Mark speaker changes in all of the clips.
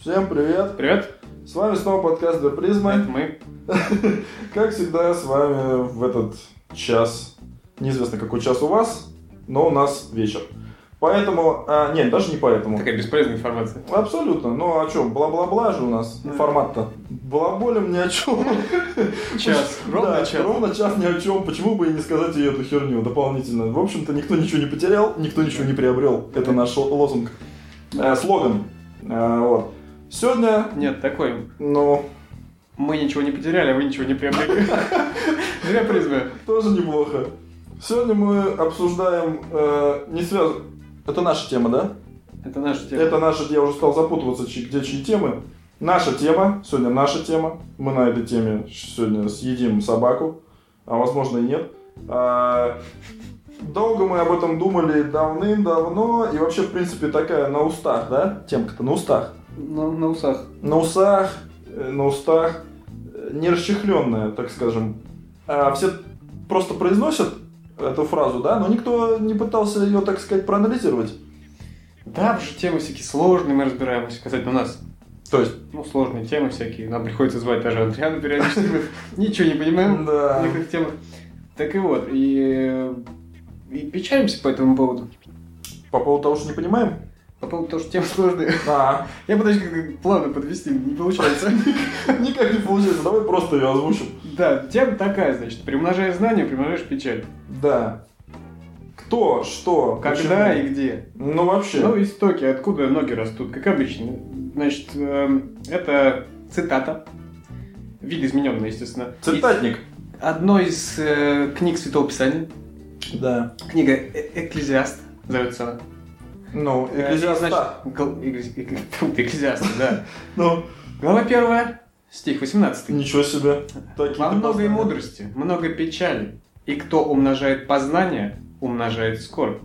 Speaker 1: Всем привет!
Speaker 2: Привет,
Speaker 1: С вами снова подкаст «Две
Speaker 2: это
Speaker 1: призмы».
Speaker 2: мы.
Speaker 1: Как всегда, с вами в этот час, неизвестно какой час у вас, но у нас вечер. Поэтому, а, нет, даже не поэтому.
Speaker 2: Такая бесполезная информация.
Speaker 1: Абсолютно. Ну а что, бла-бла-бла же у нас
Speaker 2: Да.
Speaker 1: формат-то. Блаболем ни о чем.
Speaker 2: Час, ровно
Speaker 1: Да,
Speaker 2: час.
Speaker 1: Ровно час ни о чем. Почему бы и не сказать ей эту херню дополнительно? В общем-то, никто ничего не потерял, никто ничего не приобрел. Это наш л- лозунг. Э, слоган. Э, вот. Сегодня,
Speaker 2: Нет, такой.
Speaker 1: ну,
Speaker 2: Мы ничего не потеряли, а вы ничего не приобрели. Две призмы.
Speaker 1: тоже неплохо. Сегодня мы обсуждаем э, не связ... Это наша тема, да?
Speaker 2: Это наша тема.
Speaker 1: Это наша, я уже стал запутываться, чьи- где чьи темы. Наша тема, сегодня наша тема. Мы на этой теме сегодня съедим собаку, а возможно и нет. А, Долго мы об этом думали давным-давно, и вообще, в принципе, такая на устах, да? Темка-то на устах.
Speaker 2: На, на усах.
Speaker 1: На усах, э, на устах, э, нерасчехленная, так скажем. А все просто произносят эту фразу, да, но никто не пытался ее, так сказать, проанализировать.
Speaker 2: Да, потому что темы всякие сложные, мы разбираемся касательно нас.
Speaker 1: То есть,
Speaker 2: Ну, сложные темы всякие. Нам приходится звать даже Андриана периодически. Мы ничего не понимаем в
Speaker 1: да.
Speaker 2: некоторых темах. Так и вот, и, и печалимся по этому поводу.
Speaker 1: По поводу того, что не понимаем,
Speaker 2: По поводу того, что темы сложные.
Speaker 1: Да,
Speaker 2: Я пытаюсь как-то плавно подвести, не получается.
Speaker 1: никак не получается, давай просто ее озвучим.
Speaker 2: Да, тема такая, значит, примножая знания, примножаешь печаль.
Speaker 1: Да. Кто, что,
Speaker 2: Когда
Speaker 1: почему?
Speaker 2: и где?
Speaker 1: Ну вообще.
Speaker 2: Ну, истоки, откуда ноги растут, как обычно. Значит, эм, это цитата, видоизмененная, естественно.
Speaker 1: Цитатник.
Speaker 2: Из одной из э, книг Святого Писания,
Speaker 1: Да.
Speaker 2: книга «Э- «Экклезиаст», зовется она.
Speaker 1: Ну,
Speaker 2: Э, и,
Speaker 1: экклезиаста.
Speaker 2: значит, гл- экклези- эк- фу, ты, «Экклезиаст», да.
Speaker 1: Ну,
Speaker 2: Глава первая, стих 18.
Speaker 1: ничего себе. Такие
Speaker 2: Во многой
Speaker 1: познания.
Speaker 2: мудрости, много печали, и кто умножает познание, умножает скорбь.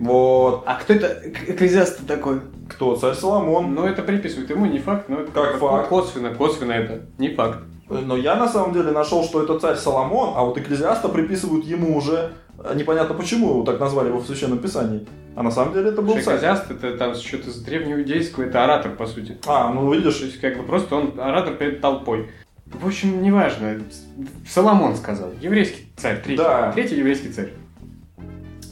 Speaker 1: Вот.
Speaker 2: А кто это экклезиаст такой?
Speaker 1: Кто? Царь Соломон.
Speaker 2: Ну, это приписывают ему, не факт, но это
Speaker 1: Как факт.
Speaker 2: Косвенно, косвенно это, не факт.
Speaker 1: Э, Но я на самом деле нашел, что это царь Соломон, а вот экклезиаста приписывают ему уже э, непонятно почему так назвали его в Священном Писании. А на самом деле это был
Speaker 2: Вообще,
Speaker 1: царь.
Speaker 2: Экклезиаст это там что-то с древнеиудейского, это оратор, по сути.
Speaker 1: А, ну
Speaker 2: То
Speaker 1: видишь,
Speaker 2: есть, как бы просто он оратор перед толпой. В общем, неважно. Соломон сказал. Еврейский царь, третий.
Speaker 1: Да.
Speaker 2: Третий еврейский царь.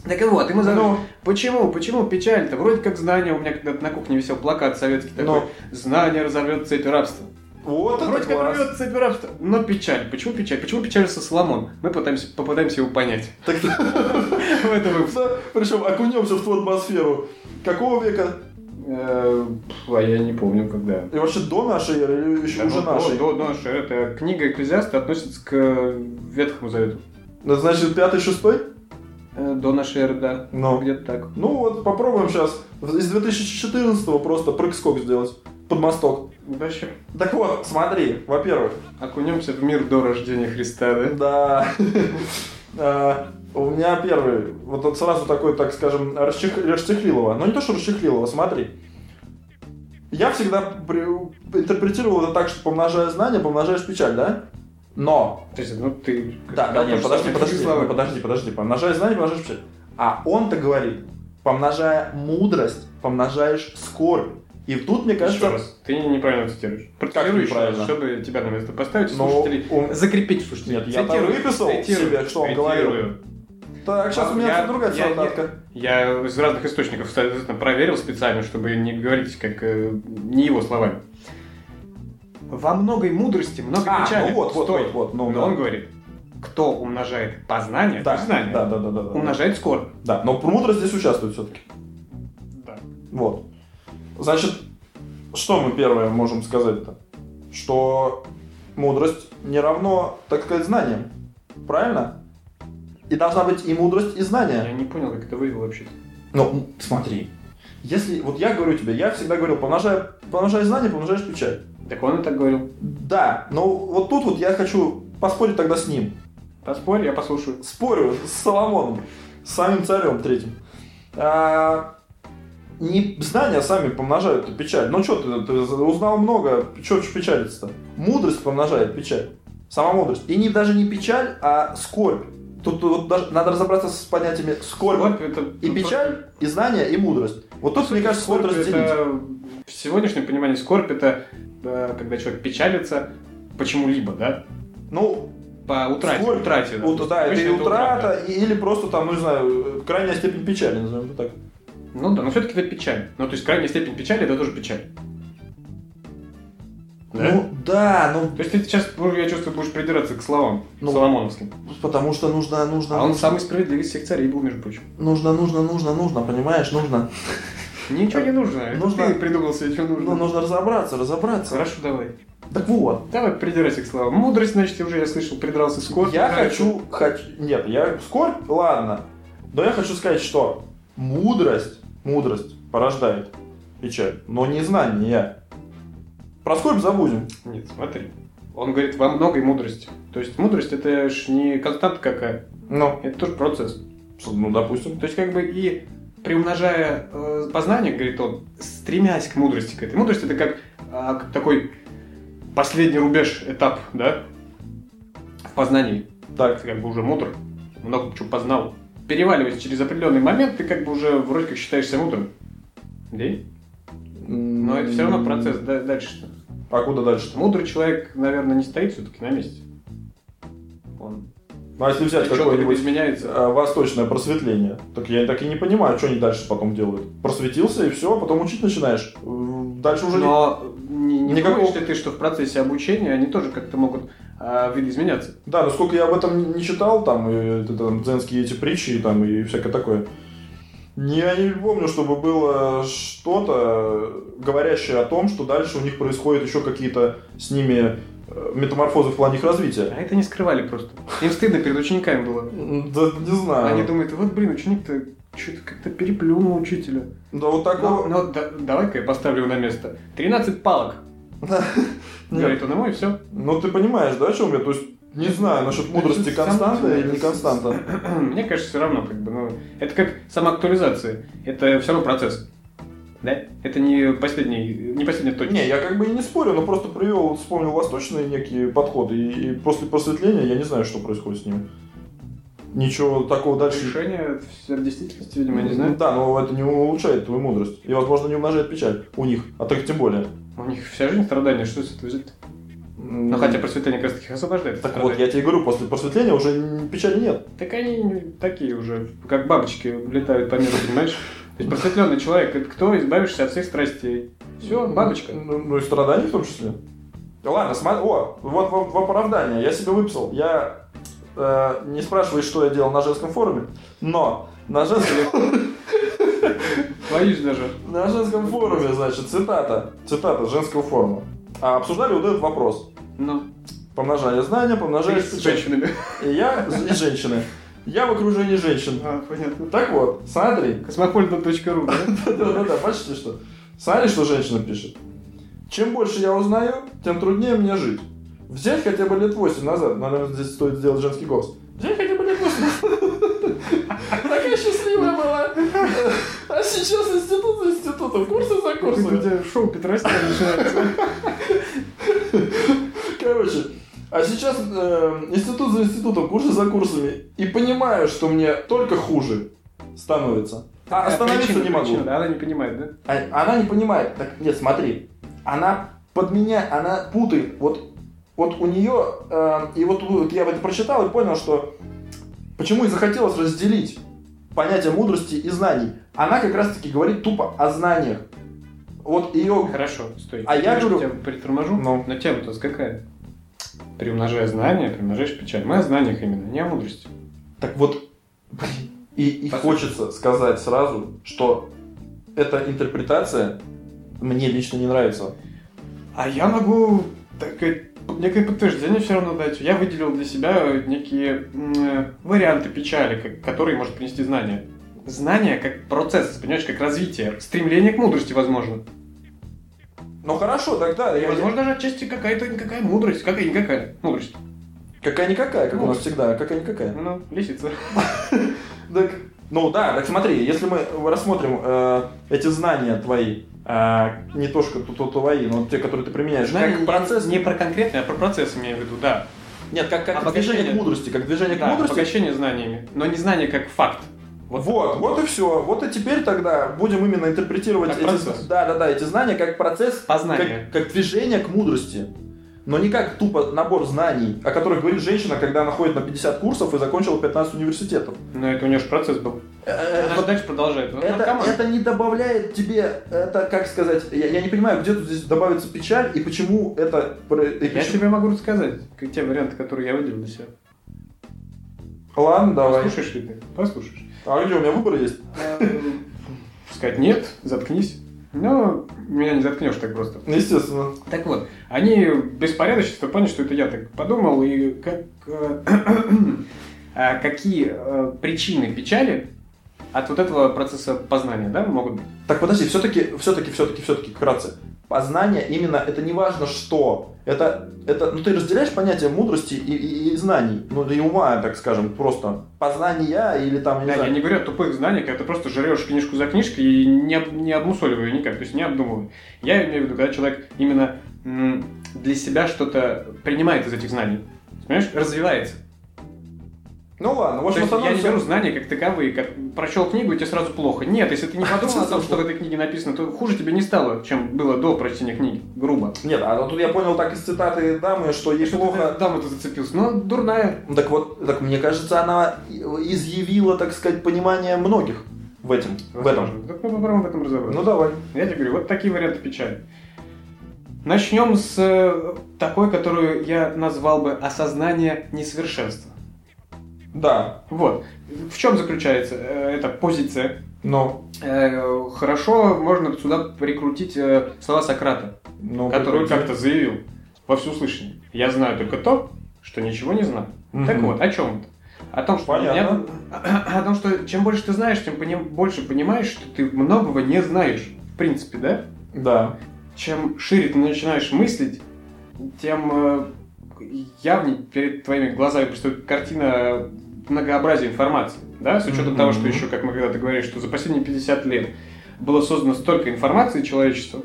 Speaker 2: Так и вот, и мы задумали,
Speaker 1: ну,
Speaker 2: почему, почему печаль-то? Вроде как знание, у меня когда-то на кухне висел плакат советский такой,
Speaker 1: Но.
Speaker 2: знание разорвет цепь рабства.
Speaker 1: Ну, вот это
Speaker 2: Вроде как
Speaker 1: класс.
Speaker 2: рвет цепь рабства, но печаль. Почему печаль? Почему печалится Соломон? Мы пытаемся, попытаемся его понять
Speaker 1: Так-
Speaker 2: в этом выпуске.
Speaker 1: Причем окунемся в ту атмосферу. Какого века?
Speaker 2: Э, пф, А я не помню, когда.
Speaker 1: И вообще до нашей эры или еще
Speaker 2: Да,
Speaker 1: уже
Speaker 2: ну, до-
Speaker 1: нашей?
Speaker 2: До, до нашей эры. Это книга Экклезиаста относится к э, Ветхому Завету.
Speaker 1: Ну, Значит, пятый, шестой?
Speaker 2: Э, До нашей эры, да.
Speaker 1: Ну.
Speaker 2: Где-то так.
Speaker 1: Ну вот, попробуем сейчас из 2014-го просто прыг-скок сделать под мосток.
Speaker 2: Вообще,
Speaker 1: Так вот, смотри, во-первых,
Speaker 2: окунемся в мир до рождения Христа, да?
Speaker 1: да, А, у меня первый, вот он сразу такой, так скажем, расчех- расчехлилово. Но не то, что расчехлилово, смотри. Я всегда при- интерпретировал это так, что помножая знания, помножаешь печаль, да? Но
Speaker 2: То есть, ну ты...
Speaker 1: Да, да, нет, подожди,
Speaker 2: Какие
Speaker 1: подожди,
Speaker 2: слова?
Speaker 1: ну, подожди, подожди, помножай знания, помножаешь печаль. А он-то говорит, помножая мудрость, помножаешь скорбь. И тут, мне
Speaker 2: Еще
Speaker 1: кажется,
Speaker 2: раз, ты неправильно цитируешь. Процитируй еще раз,
Speaker 1: неправильно?
Speaker 2: чтобы тебя на место поставить,
Speaker 1: Но
Speaker 2: слушателей.
Speaker 1: он-
Speaker 2: Закрепить, слушателей.
Speaker 1: Нет, я там выписал себе, что он говорил. так, сейчас у меня
Speaker 2: Я-
Speaker 1: тут другая
Speaker 2: я-
Speaker 1: солдатка.
Speaker 2: Я из разных источников, соответственно, проверил специально, чтобы не говорить как э, не его словами. Во многой мудрости много
Speaker 1: А,
Speaker 2: печали.
Speaker 1: ну вот, вот,
Speaker 2: Стой.
Speaker 1: вот, вот, ну
Speaker 2: Но
Speaker 1: да.
Speaker 2: он говорит, кто умножает познание,
Speaker 1: Да,
Speaker 2: то знание,
Speaker 1: да, да, да, да, да.
Speaker 2: умножает скорбь.
Speaker 1: Да, но мудрость здесь участвует все-таки.
Speaker 2: Да.
Speaker 1: Вот. Значит, что мы первое можем сказать-то? Что мудрость не равно, так сказать, знаниям. Правильно? И должна быть и мудрость, и знание.
Speaker 2: Я не понял, как это вывел вообще-то.
Speaker 1: Ну, м, смотри. Если, вот я говорю тебе, я всегда говорил, помножай, помножай знания, помножаешь печаль.
Speaker 2: Так он и так говорил.
Speaker 1: Да, но вот тут вот я хочу поспорить тогда с ним.
Speaker 2: Поспорь, я послушаю.
Speaker 1: Спорю с Соломоном, с самим царем третьим. А, не знания сами помножают печаль. Ну что ты, ты узнал много, что печалиться-то? Мудрость помножает печаль. Сама мудрость. И не даже не печаль, а скорбь. Тут вот даже надо разобраться с понятиями скорбь
Speaker 2: Вот это-
Speaker 1: и печаль, и знание, и мудрость. Вот тут, Ну, мне кажется,
Speaker 2: Скорбь
Speaker 1: стоит разделить.
Speaker 2: это... В сегодняшнем понимании скорбь это э, когда человек печалится почему-либо, да?
Speaker 1: Ну,
Speaker 2: По утрате.
Speaker 1: Скорбь,
Speaker 2: утрате, да.
Speaker 1: вот, да, это
Speaker 2: Обычно
Speaker 1: или
Speaker 2: утрата.
Speaker 1: утрата, и- или просто там, ну не знаю, крайняя степень печали, назовем это так.
Speaker 2: Ну да, но все-таки это печаль. Ну, то есть крайняя степень печали это тоже печаль. Да?
Speaker 1: Ну да, ну
Speaker 2: То есть ты сейчас, ну, я чувствую, будешь придираться к словам
Speaker 1: Ну.
Speaker 2: Соломоновским.
Speaker 1: потому что нужно, нужно,
Speaker 2: А он самый справедливый из всех царей был, между прочим.
Speaker 1: нужно, нужно, нужно, нужно, понимаешь, нужно,
Speaker 2: Ничего не нужно. это
Speaker 1: Ну, Нужно-
Speaker 2: Ты придумал себе, что нужно.
Speaker 1: ну, нужно разобраться, разобраться.
Speaker 2: Хорошо, давай.
Speaker 1: Так вот,
Speaker 2: Давай придирайся к словам. Мудрость, значит, я уже я слышал, придрался скорбь.
Speaker 1: я
Speaker 2: Нравится.
Speaker 1: хочу, хочу, нет, я скорбь, ладно, но я хочу сказать, что мудрость, мудрость порождает печаль, но не знание. Про скорбь забудем.
Speaker 2: Нет, смотри. Он говорит, во многой мудрости. То есть мудрость это ж не константа какая,
Speaker 1: Ну,
Speaker 2: это тоже процесс.
Speaker 1: ну, допустим.
Speaker 2: То есть как бы и приумножая э, познание, говорит он, стремясь к мудрости, к этой мудрости, это как а, к- такой последний рубеж, этап, да, в познании.
Speaker 1: Так,
Speaker 2: Ты как бы уже мудр, много чего познал. Переваливаясь через определенный момент, ты как бы уже вроде как считаешься мудрым. Да? Но это все равно процесс да- дальше.
Speaker 1: А куда дальше?
Speaker 2: Мудрый человек, наверное, не стоит все-таки на месте.
Speaker 1: Ну, а если взять
Speaker 2: Что-то
Speaker 1: какое-нибудь
Speaker 2: изменяется.
Speaker 1: э, восточное просветление, так я так и не понимаю, что они дальше потом делают. Просветился и все, потом учить начинаешь. М, Дальше уже не...
Speaker 2: Но не, не
Speaker 1: Никакого-
Speaker 2: думаешь ли ты, что в процессе обучения они тоже как-то могут а, видоизменяться?
Speaker 1: Да, но сколько я об этом не читал, там, и, это, там дзенские эти притчи и, там, и всякое такое. Не, я не помню, чтобы было что-то, э, говорящее о том, что дальше у них происходят еще какие-то с ними э, метаморфозы в плане их развития.
Speaker 2: А это не скрывали просто. Им стыдно перед учениками было.
Speaker 1: М, Да, не знаю.
Speaker 2: Они думают, вот, блин, ученик-то что-то как-то переплюнул учителя.
Speaker 1: Да вот
Speaker 2: Ну,
Speaker 1: такого...
Speaker 2: ну, да- давай-ка я поставлю его на место. 13 палок,
Speaker 1: Нет.
Speaker 2: говорит он ему, и все.
Speaker 1: Ну ты понимаешь, да, о чем я? То есть, не знаю, насчет мудрости
Speaker 2: Сам-
Speaker 1: константа или не константа.
Speaker 2: Мне кажется, все равно, как бы, ну, это как самоактуализация. Это все равно процесс. Да? Это не последний, не последняя точка.
Speaker 1: Не, я как бы и не спорю, но просто привел, вспомнил восточные некие подходы, и, и после просветления я не знаю, что происходит с ним. Ничего такого дальше...
Speaker 2: Решение в сердечности, видимо, я не знаю.
Speaker 1: Да, но это не улучшает твою мудрость. И, возможно, не умножает печаль у них, а так тем более.
Speaker 2: У них вся жизнь страдания, что с этого взять?
Speaker 1: Ну,
Speaker 2: Ну, хотя просветление как раз таки освобождает. от
Speaker 1: Так вот,
Speaker 2: страданий.
Speaker 1: я тебе и говорю, после просветления уже н- печали нет.
Speaker 2: Так они такие уже, как бабочки летают по миру, понимаешь? То есть просветленный человек, это кто, избавишься от всех страстей. Все, бабочка.
Speaker 1: Ну, ну и страданий в том числе. Да Ладно, смотри. О, вот вам в оправдание. Я себе выписал. Я э, не спрашиваю, что я делал на женском форуме, но на женском,
Speaker 2: Боюсь даже.
Speaker 1: на женском форуме, значит, цитата. Цитата с женского форума. А, обсуждали вот этот вопрос.
Speaker 2: Ну,
Speaker 1: Помножая знания, помножая...
Speaker 2: с женщинами.
Speaker 1: И я и женщины. Я в окружении женщин.
Speaker 2: А, понятно.
Speaker 1: Так вот, смотри.
Speaker 2: Космополитен.ру, да?
Speaker 1: Да-да-да, почти что. Смотри, что женщина пишет. Чем больше я узнаю, тем труднее мне жить. Взять хотя бы лет 8 назад, наверное, здесь стоит сделать женский голос. Взять хотя бы лет 8 назад. Такая счастливая была. А сейчас институт за институтом, курсы за
Speaker 2: Как у
Speaker 1: курсами.
Speaker 2: тебя шоу Петросяна начинается.
Speaker 1: Короче, а сейчас э, институт за институтом, курсы за курсами. И понимаю, что мне только хуже становится. А остановиться
Speaker 2: Э, Причина,
Speaker 1: не могу.
Speaker 2: причина, да, Она не понимает, да?
Speaker 1: А- Она не понимает. Так, нет, смотри. Она под меня, она путает. Вот, вот у нее... э, и вот, вот я это прочитал и понял, что... Почему и захотелось разделить понятие мудрости и знаний. Она как раз-таки говорит тупо о знаниях. Вот ее...
Speaker 2: Хорошо, стой.
Speaker 1: Ну, А я
Speaker 2: Может,
Speaker 1: говорю-
Speaker 2: тебя приторможу?
Speaker 1: Ну.
Speaker 2: Но тема-то у нас какая? Приумножая знания, приумножаешь печаль. Мы о знаниях именно, не о мудрости.
Speaker 1: Так вот... блин, И, и
Speaker 2: Послушай.
Speaker 1: хочется сказать сразу, что эта интерпретация мне лично не нравится.
Speaker 2: А я могу такое некое подтверждение все равно дать. Я выделил для себя некие м, э, варианты печали, как- которые может принести знание. Знание как процесс, понимаешь, как развитие. Стремление к мудрости, возможно.
Speaker 1: Ну хорошо, тогда...
Speaker 2: И, возможно, даже отчасти какая-то никакая мудрость. Какая-никакая мудрость.
Speaker 1: Какая-никакая, как у нас всегда, какая-никакая.
Speaker 2: Ну, лисица.
Speaker 1: Так, ну да, так смотри, если мы рассмотрим э, эти знания твои, э, не то, что тут твои, но те, которые ты применяешь,
Speaker 2: Знание
Speaker 1: как процесс...
Speaker 2: Не про конкретное, а про процесс имею в виду, да.
Speaker 1: Нет, как, как
Speaker 2: Обогащение.
Speaker 1: движение к мудрости, как движение к
Speaker 2: Да,
Speaker 1: мудрости.
Speaker 2: обогащение знаниями, но не знание как факт.
Speaker 1: Вот, вот, и все. Вот и теперь тогда будем именно интерпретировать
Speaker 2: Как процесс.
Speaker 1: эти, да, да, да, эти знания как процесс,
Speaker 2: а Познание.
Speaker 1: как, как движение к мудрости. Но не как тупо набор знаний, о которых говорит женщина, когда она ходит на 50 курсов и закончила 15 университетов.
Speaker 2: Но это у нее же процесс был.
Speaker 1: Э,
Speaker 2: Она
Speaker 1: вот
Speaker 2: же дальше продолжает. Ну,
Speaker 1: это,
Speaker 2: камон.
Speaker 1: это не добавляет тебе, это как сказать, я, я не понимаю, где тут здесь добавится печаль и почему это... про- и
Speaker 2: Я
Speaker 1: почему-
Speaker 2: тебе могу рассказать, как те варианты, которые я выделил для себя.
Speaker 1: Ладно, давай.
Speaker 2: Послушаешь ли ты? Послушаешь.
Speaker 1: А где у меня выбор есть?
Speaker 2: Сказать нет, заткнись. Но меня не заткнешь так просто.
Speaker 1: Естественно.
Speaker 2: Так вот, они беспорядочны в том плане, что это я так подумал, и как, э, а какие э, причины печали от вот этого процесса познания, да, могут быть?
Speaker 1: Так, подожди, все-таки, все-таки, все-таки, все-таки, вкратце. Познание именно, это не важно что. Это, это, ну ты разделяешь понятие мудрости и, и- и знаний, ну и ума, так скажем, просто. Познание или там, я не
Speaker 2: Да, я
Speaker 1: знаю.
Speaker 2: не говорю о тупых знаниях, когда ты просто жрешь книжку за книжкой и не, об- не обмусоливаю её никак, то есть не обдумываю. Я имею в виду, когда человек именно м, для себя что-то принимает из этих знаний. Понимаешь, развивается.
Speaker 1: Ну ладно, в
Speaker 2: То
Speaker 1: общем,
Speaker 2: есть я не
Speaker 1: остановимся.
Speaker 2: беру знания как таковые, как прочел книгу, и тебе сразу плохо. Нет, если ты не подумал о том, что в этой книге написано, то хуже тебе не стало, чем было до прочтения книги, грубо.
Speaker 1: Нет, а тут я понял так из цитаты дамы, что ей плохо...
Speaker 2: Там это зацепился. Ну, дурная.
Speaker 1: Ну, Так вот, так мне кажется, она изъявила, так сказать, понимание многих в этом. В этом.
Speaker 2: Возможно. Так мы попробуем в этом разобраться.
Speaker 1: Ну давай.
Speaker 2: Я тебе говорю, вот такие варианты печали. Начнем с э, такой, которую я назвал бы осознание несовершенства.
Speaker 1: Да.
Speaker 2: Вот. В чем заключается э, эта позиция?
Speaker 1: Но.
Speaker 2: Э, Хорошо, можно сюда прикрутить э, слова Сократа,
Speaker 1: но
Speaker 2: который как-то заявил во всеуслышание. Я знаю только то, что ничего не знаю.
Speaker 1: Мгм.
Speaker 2: Так вот, о чем это? О том, что
Speaker 1: Понятно.
Speaker 2: меня- о том, что чем больше ты знаешь, тем поним- больше понимаешь, что ты многого не знаешь. В принципе, да?
Speaker 1: Да.
Speaker 2: Чем шире ты начинаешь мыслить, тем э, явнее перед твоими глазами предстает картина многообразия информации. Да? С учетом
Speaker 1: Мгм.
Speaker 2: того, что еще, как мы когда-то говорили, что за последние 50 лет было создано столько информации человечеству,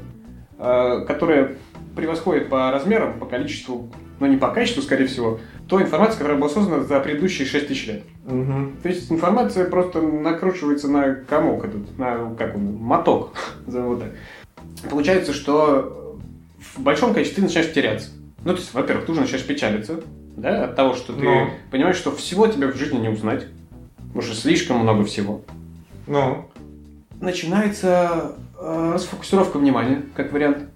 Speaker 2: э, которая превосходит по размерам, по количеству, но не по качеству, скорее всего, той информации, которая была создана за предыдущие 6 тысяч лет.
Speaker 1: Мгм.
Speaker 2: То есть информация просто накручивается на комок этот, на как он, моток, назовем его так. Получается, что в большом количестве ты начинаешь теряться. Ну, то есть, во-первых, ты уже начинаешь печалиться, да, от того, что ты
Speaker 1: Ну.
Speaker 2: понимаешь, что всего тебя в жизни не узнать. Уже слишком много всего.
Speaker 1: Ну.
Speaker 2: Начинается э, расфокусировка внимания, как вариант,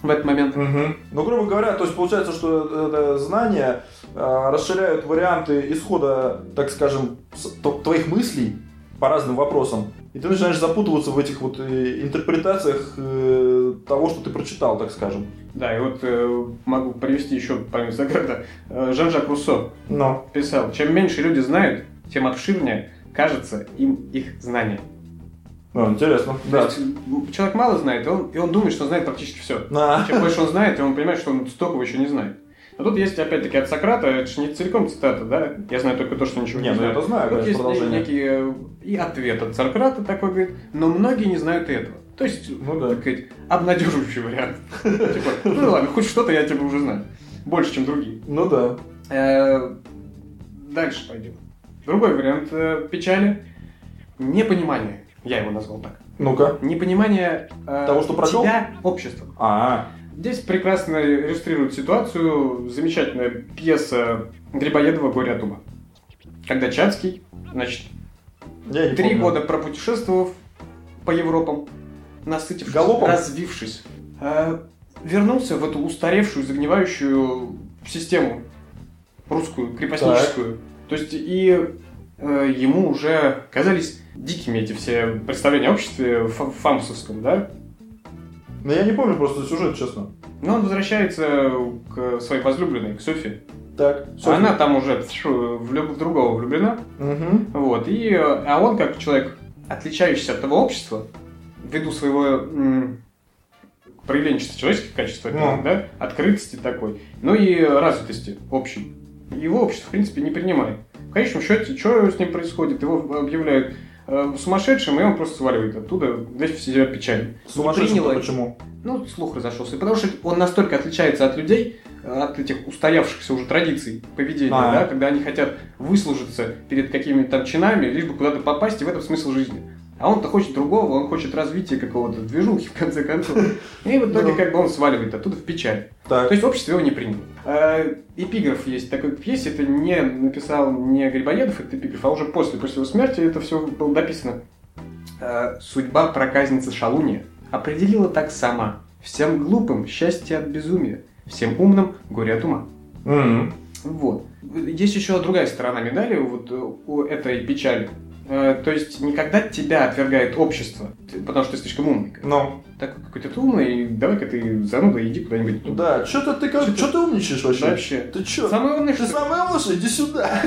Speaker 2: в этот момент.
Speaker 1: Мгм. Ну, грубо говоря, то есть получается, что это знания э, расширяют варианты исхода, так скажем, с- тв- твоих мыслей по разным вопросам. И ты начинаешь запутываться в этих вот э, интерпретациях э, того, что ты прочитал, так скажем.
Speaker 2: Да, и вот э, могу привести еще, помимо Сократа, э, Жан-Жак Руссо.
Speaker 1: Но.
Speaker 2: писал, чем меньше люди знают, тем обширнее кажется им их знание.
Speaker 1: Ну, интересно.
Speaker 2: То
Speaker 1: Да.
Speaker 2: есть м, человек мало знает, и он, и он думает, что знает практически все.
Speaker 1: На.
Speaker 2: Чем больше он знает, и он понимает, что он столько еще не знает. А тут есть, опять-таки, от Сократа, это же не целиком цитата, да? Я знаю только то, что ничего
Speaker 1: Не,
Speaker 2: не,
Speaker 1: ну
Speaker 2: знаю.
Speaker 1: я это знаю,
Speaker 2: Тут
Speaker 1: конечно,
Speaker 2: есть
Speaker 1: продолжение.
Speaker 2: некие э, и ответ от Сократа такой говорит, но многие не знают и этого. То есть,
Speaker 1: Ну да.
Speaker 2: так сказать, обнадеживающий вариант. Типа, ну ладно, хоть что-то я тебя уже знаю. Больше, чем другие.
Speaker 1: Ну да.
Speaker 2: Э, Дальше пойдем. Другой вариант э, печали. Непонимание. Я его назвал так.
Speaker 1: Ну-ка.
Speaker 2: Непонимание э,
Speaker 1: Того, что прожил?
Speaker 2: тебя обществом.
Speaker 1: А,
Speaker 2: Здесь прекрасно иллюстрирует ситуацию замечательная пьеса Грибоедова «Горе от ума». Когда Чацкий, значит,
Speaker 1: я не
Speaker 2: три
Speaker 1: помню.
Speaker 2: года пропутешествовав по Европам, насытившись,
Speaker 1: Галопом?
Speaker 2: развившись, э, вернулся в эту устаревшую, загнивающую систему русскую, крепостническую. То есть и э, ему уже казались дикими эти все представления о обществе фа- фамусовском, да?
Speaker 1: Ну я не помню просто сюжет, честно.
Speaker 2: Но он возвращается к своей возлюбленной, к Софи.
Speaker 1: Так. всё.
Speaker 2: Она там уже пшу, в люб- в другого влюблена.
Speaker 1: Мгм.
Speaker 2: Вот, и, э, а он, как человек, отличающийся от того общества, ввиду своего м, проявления чисто человеческих качеств, это,
Speaker 1: Ну.
Speaker 2: да, открытости такой, ну и развитости общей, его общество, в принципе, не принимает. В конечном счете, что с ним происходит? Его объявляют э, сумасшедшим, и он просто сваливает оттуда, весь в себя печаль.
Speaker 1: Сумасшедший-то
Speaker 2: приняла.
Speaker 1: почему?
Speaker 2: Ну, слух разошелся. Потому что он настолько отличается от людей, от этих устоявшихся уже традиций поведения,
Speaker 1: А.
Speaker 2: да, когда они хотят выслужиться перед какими-то там чинами, лишь бы куда-то попасть, и в этом смысл жизни. А он-то хочет другого, он хочет развития какого-то движухи, в конце концов. И в итоге
Speaker 1: Да.
Speaker 2: как бы он сваливает оттуда в печаль.
Speaker 1: Так,
Speaker 2: То есть общество его не приняло. Э, Эпиграф есть такой к пьесе, это не написал не Грибоедов этот эпиграф, а уже после, после его смерти это все было дописано. Э, Судьба проказницы Шалуни определила так сама. Всем глупым счастье от безумия, всем умным горе от ума.
Speaker 1: Мгм.
Speaker 2: Вот. Есть еще другая сторона медали вот, э, у этой печали. Э, То есть никогда тебя отвергает общество, ты- потому что ты слишком умный.
Speaker 1: ну,
Speaker 2: Так какой-то ты умный, давай-ка ты зануда, иди куда-нибудь. туда.
Speaker 1: Ну да, что-то ты, как-
Speaker 2: Чё ты-
Speaker 1: чё ты умничаешь вообще?
Speaker 2: Вообще.
Speaker 1: Ты чё?
Speaker 2: Самый умный,
Speaker 1: Ты
Speaker 2: что ли?
Speaker 1: самый лучший, иди сюда.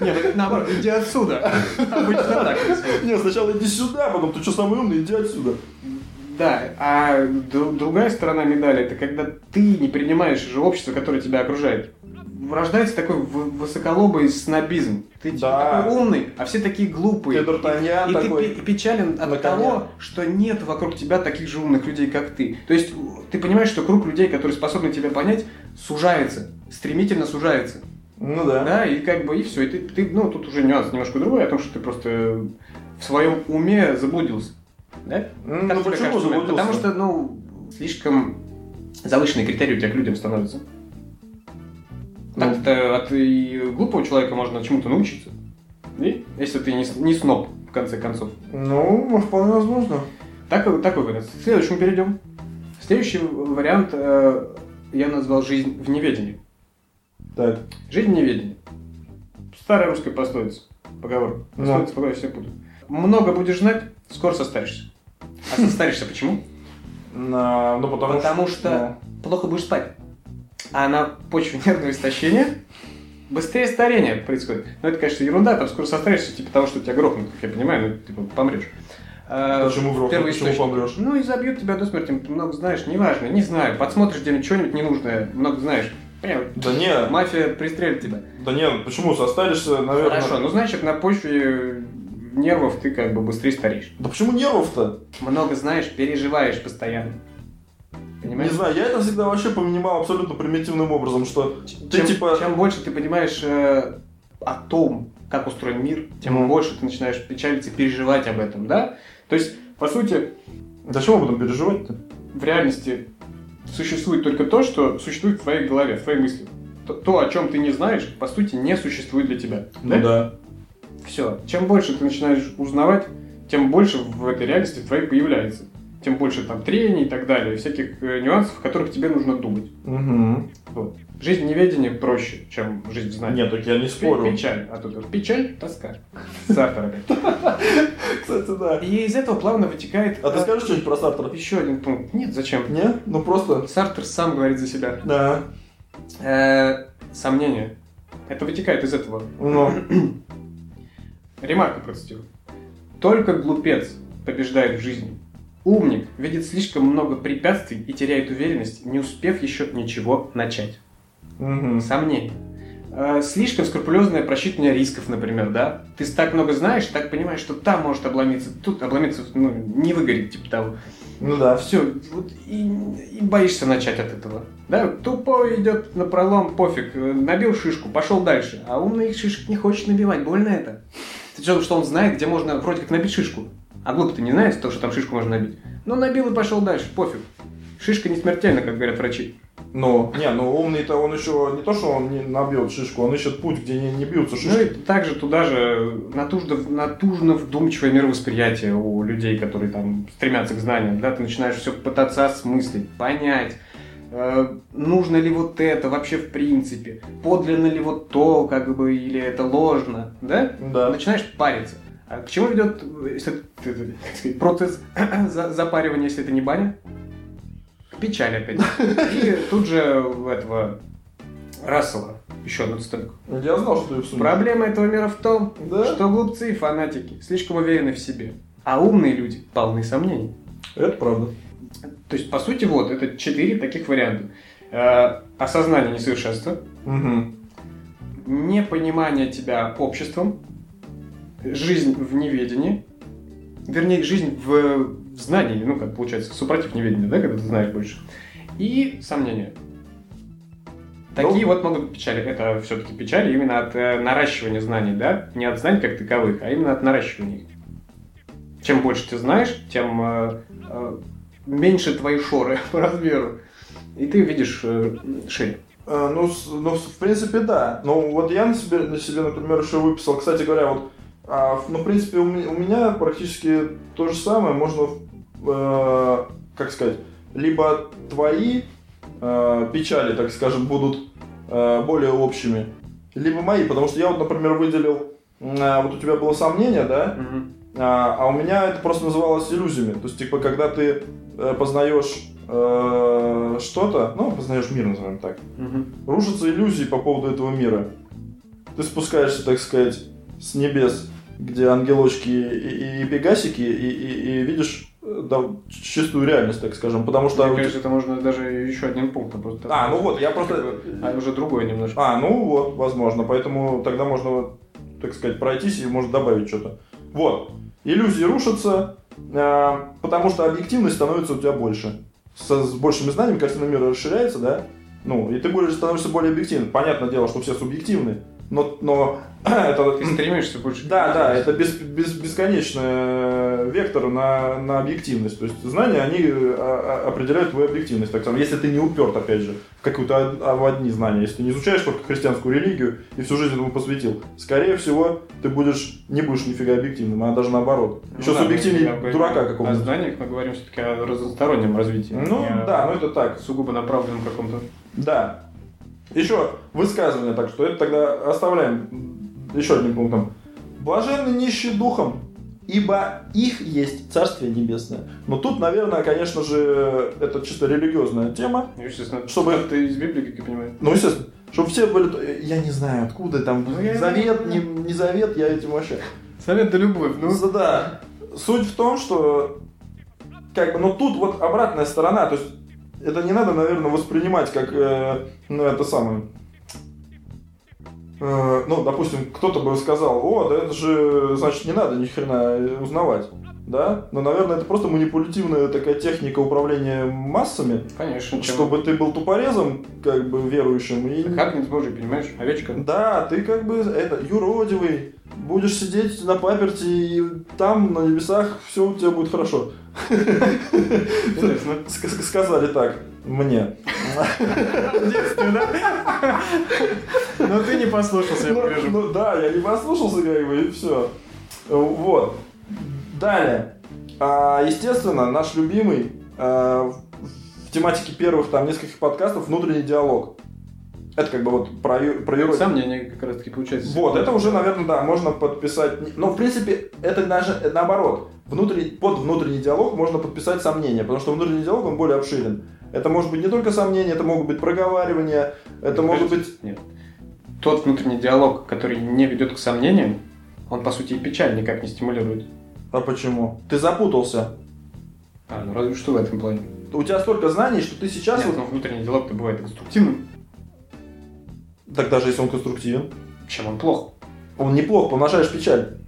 Speaker 2: Нет, ну это наоборот, иди отсюда. Обычно так. происходит.
Speaker 1: Нет, сначала иди сюда, потом ты что самый умный, иди отсюда.
Speaker 2: Да, а ду- другая сторона медали, это когда ты не принимаешь же общество, которое тебя окружает. Рождается такой в- высоколобый снобизм. Ты типа,
Speaker 1: Да.
Speaker 2: такой умный, а все такие глупые.
Speaker 1: Ты Д'Артаньян
Speaker 2: И ты
Speaker 1: такой.
Speaker 2: пе- печален от
Speaker 1: На коне.
Speaker 2: того, что нет вокруг тебя таких же умных людей, как ты. То есть э, ты понимаешь, что круг людей, которые способны тебя понять, сужается, стремительно сужается.
Speaker 1: Ну да.
Speaker 2: Да, и как бы и все. И ты, ты, ну, тут уже нюанс немножко другой, о том, что ты просто в своем уме заблудился. Да?
Speaker 1: М,
Speaker 2: Как
Speaker 1: Ну почему
Speaker 2: тебе кажется, Мэтт?
Speaker 1: заблудился?
Speaker 2: Потому что, ну, слишком завышенные критерии у тебя к людям становятся.
Speaker 1: Ну.
Speaker 2: Так-то от и глупого человека можно чему-то научиться. И? Если ты не, с- не сноб, в конце концов.
Speaker 1: Ну, вполне возможно.
Speaker 2: Так, такой вариант. К следующему перейдем. Следующий вариант э, я назвал «Жизнь в неведении».
Speaker 1: Так.
Speaker 2: Жизнь неведение. Старая русская пословица. Поговорка.
Speaker 1: Да.
Speaker 2: Пословица, поговорка, все путают. Много будешь знать, скоро состаришься. А состаришься почему?
Speaker 1: На- Ну, потому,
Speaker 2: Потому что плохо будешь спать. А на почве нервного истощения быстрее старение происходит. Но это, конечно, ерунда, там скоро состаришься, типа того, что тебя грохнут, как я понимаю, ну, типа помрешь.
Speaker 1: ну,
Speaker 2: А,
Speaker 1: Почему врешь?
Speaker 2: первый
Speaker 1: Почему
Speaker 2: источник.
Speaker 1: помрешь?
Speaker 2: Ну и забьют тебя до смерти, ты много знаешь, неважно, не знаю, подсмотришь где-нибудь что-нибудь ненужное, много знаешь. Прям
Speaker 1: Да не,
Speaker 2: мафия пристрелит тебя.
Speaker 1: да не, почему состаришься, наверное.
Speaker 2: Хорошо, ну значит на почве э, нервов ты как бы быстрее стареешь.
Speaker 1: Да почему нервов-то?
Speaker 2: Много знаешь, переживаешь постоянно. Понимаешь?
Speaker 1: Не знаю, я это всегда вообще понимал абсолютно примитивным образом, что ты
Speaker 2: чем,
Speaker 1: типа-
Speaker 2: чем больше ты понимаешь э, о том, как устроен мир, тем
Speaker 1: Мгм.
Speaker 2: больше ты начинаешь печалиться, переживать об этом, да? То есть, по сути,
Speaker 1: зачем об этом переживать-то?
Speaker 2: в реальности существует только то, что существует в твоей голове, в твоей мысли. То, то, о чем ты не знаешь, по сути, не существует для тебя. да?
Speaker 1: Ну да.
Speaker 2: Все. Чем больше ты начинаешь узнавать, тем больше в этой реальности твоей появляется. Тем больше там трений и так далее, всяких э, нюансов, о которых тебе нужно думать.
Speaker 1: Мгм.
Speaker 2: Жизнь неведения проще, чем жизнь в знании.
Speaker 1: Нет, так я не
Speaker 2: Пе-
Speaker 1: спорю.
Speaker 2: Печаль, а тут печаль, тоска. Сартер опять.
Speaker 1: Кстати, да.
Speaker 2: И из этого плавно вытекает
Speaker 1: А ты скажешь что-нибудь про Сартра?
Speaker 2: еще один пункт. Нет, зачем?
Speaker 1: Не? Ну просто.
Speaker 2: Сартер сам говорит за себя.
Speaker 1: Да.
Speaker 2: Э, Сомнения. Это вытекает из этого.
Speaker 1: Ну.
Speaker 2: Ремарку процитирую. Только глупец побеждает в жизни. Умник видит слишком много препятствий и теряет уверенность, не успев еще ничего начать.
Speaker 1: Мгм.
Speaker 2: Сомнение. Э, Слишком скрупулезное просчитывание рисков, например, да? Ты так много знаешь, так понимаешь, что там может обломиться, тут обломиться, ну, не выгорит, типа того.
Speaker 1: Ну да.
Speaker 2: Все, вот и, и боишься начать от этого. Да, тупой идет на пролом, пофиг, э, набил шишку, пошел дальше. А умный шишек не хочет набивать, больно это. Ты что, что он знает, где можно вроде как набить шишку. А глупый-то не знает, то, что там шишку можно набить. Но набил и пошел дальше, пофиг. Шишка не смертельна, как говорят врачи.
Speaker 1: Ну, не, ну умный-то он еще не то, что он не набьет шишку, он ищет путь, где не, не бьются
Speaker 2: Ну и
Speaker 1: шишки.
Speaker 2: также туда же натужно, натужно вдумчивое мировосприятие у людей, которые там стремятся к знаниям. Да, ты начинаешь все пытаться осмыслить, понять, э, нужно ли вот это вообще в принципе, подлинно ли вот то, как бы, или это ложно, да?
Speaker 1: Да.
Speaker 2: Начинаешь париться. А к чему ведет э, если ты- ты- ты, так сказать, процесс за- запаривания, если это не баня? К печали опять. И тут же этого Рассела, еще одну цитатку.
Speaker 1: Я знал, что ты их сумеешь.
Speaker 2: Проблема этого мира в том,
Speaker 1: Да?
Speaker 2: что глупцы и фанатики слишком уверены в себе, а умные люди полны сомнений.
Speaker 1: Это правда.
Speaker 2: То есть, по сути, вот, это четыре таких варианта. Э, осознание несовершенства,
Speaker 1: Мгм.
Speaker 2: непонимание тебя обществом, жизнь в неведении, вернее, жизнь в, в знании, ну, как получается, супротив неведения, да, когда ты знаешь больше, и сомнения. Такие вот могут быть печали. Это все-таки печали именно от э, наращивания знаний, да? Не от знаний как таковых, а именно от наращивания их. Чем больше ты знаешь, тем э, э, меньше твои шоры по размеру. И ты видишь э, шире.
Speaker 1: Э, Ну, с- ну, с- в принципе, да. Ну, вот я на себе, на себе, например, еще выписал. Кстати говоря, вот, а, в- ну, в принципе, у, ме- у меня практически то же самое. Можно, э, как сказать, либо твои э, печали, так скажем, будут э, более общими, либо мои. Потому что я вот, например, выделил, м, э, вот у тебя было сомнение, да?
Speaker 2: Мгм.
Speaker 1: А, а у меня это просто называлось иллюзиями. То есть, типа, когда ты э, познаешь э, что-то, ну, познаешь мир, назовем так,
Speaker 2: Мгм.
Speaker 1: рушатся иллюзии по поводу этого мира. Ты спускаешься, так сказать, с небес, где ангелочки и, и- и пегасики, и, и- и видишь э, да, чистую реальность, так скажем. Потому что...
Speaker 2: Мне кажется, это можно даже еще одним пунктом просто.
Speaker 1: А, ну вот, я просто...
Speaker 2: А уже другое немножко.
Speaker 1: А, ну вот, возможно. Поэтому тогда можно, вот, так сказать, пройтись и, может, добавить что-то. Вот. Иллюзии рушатся, э, потому что объективность становится у тебя больше. Со- с большими знаниями картина мира расширяется, да? Ну, и ты будешь становишься более объективным. Понятное дело, что все субъективны, но, но это...
Speaker 2: Ты стремишься больше.
Speaker 1: Да, да, это бес- бес- бесконечный э, вектор на, на объективность. То есть знания, они э, а- а- определяют твою объективность. Так само, если ты не уперт, опять же, в какую-то од- а- в одни знания, если ты не изучаешь только христианскую религию и всю жизнь этому посвятил, скорее всего, ты будешь не будешь нифига объективным, а даже наоборот.
Speaker 2: Ну
Speaker 1: Еще
Speaker 2: да,
Speaker 1: субъективнее
Speaker 2: мы
Speaker 1: дурака
Speaker 2: говорим О
Speaker 1: какого-то.
Speaker 2: знаниях мы говорим все-таки о разностороннем развитии.
Speaker 1: Ну
Speaker 2: а не о
Speaker 1: да, ну это так.
Speaker 2: Сугубо направленном каком-то.
Speaker 1: Да. Еще высказывание, так что это тогда оставляем еще одним пунктом. Блаженны нищие духом, ибо их есть Царствие Небесное. Но тут, наверное, конечно же, это чисто религиозная тема.
Speaker 2: Я сейчас на-
Speaker 1: Чтобы-
Speaker 2: что-то из Библии, как я понимаю.
Speaker 1: Ну, естественно, чтобы все были... Я не знаю, откуда там,
Speaker 2: Ну, я-
Speaker 1: завет, не, не завет, я этим вообще...
Speaker 2: Совет да любовь.
Speaker 1: Ну да, да. Суть в том, что как бы, ну тут вот обратная сторона, то есть это не надо, наверное, воспринимать как, э, ну это самое. Э, ну, допустим, кто-то бы сказал, о, да это же, значит, не надо ни хрена э, узнавать, да? Но, наверное, это просто манипулятивная такая техника управления массами,
Speaker 2: конечно. Чем...
Speaker 1: чтобы ты был тупорезом, как бы верующим и
Speaker 2: Хагнец Божий, понимаешь? Овечка.
Speaker 1: да, ты как бы это юродивый, будешь сидеть на паперти, и там на небесах все у тебя будет хорошо.
Speaker 2: Интересно.
Speaker 1: Ск- ск- Сказали так мне.
Speaker 2: В детстве, да? Но ты не послушался,
Speaker 1: Ну, ну да, я не послушался, как бы, и все. Вот. Далее. А, Естественно, наш любимый а, в в тематике первых там нескольких подкастов внутренний диалог. Это как бы вот про ю- про юродивых.
Speaker 2: Сомнения как раз таки получается.
Speaker 1: Вот, это уже, наверное, да, можно подписать. Но, в принципе, это даже наоборот. Внутренний, под внутренний диалог можно подписать сомнения, потому что внутренний диалог, он более обширен. Это может быть не только сомнения, это могут быть проговаривания, это может быть...
Speaker 2: Нет. Тот внутренний диалог, который не ведет к сомнениям, он, по сути, и печаль никак не стимулирует.
Speaker 1: А почему? Ты запутался.
Speaker 2: А, ну разве что в этом плане.
Speaker 1: У тебя столько знаний, что ты сейчас...
Speaker 2: Нет,
Speaker 1: вот...
Speaker 2: ну, внутренний диалог-то бывает конструктивным.
Speaker 1: Так даже если он конструктивен,
Speaker 2: Чем он плох?
Speaker 1: он неплохо, помножаешь печаль.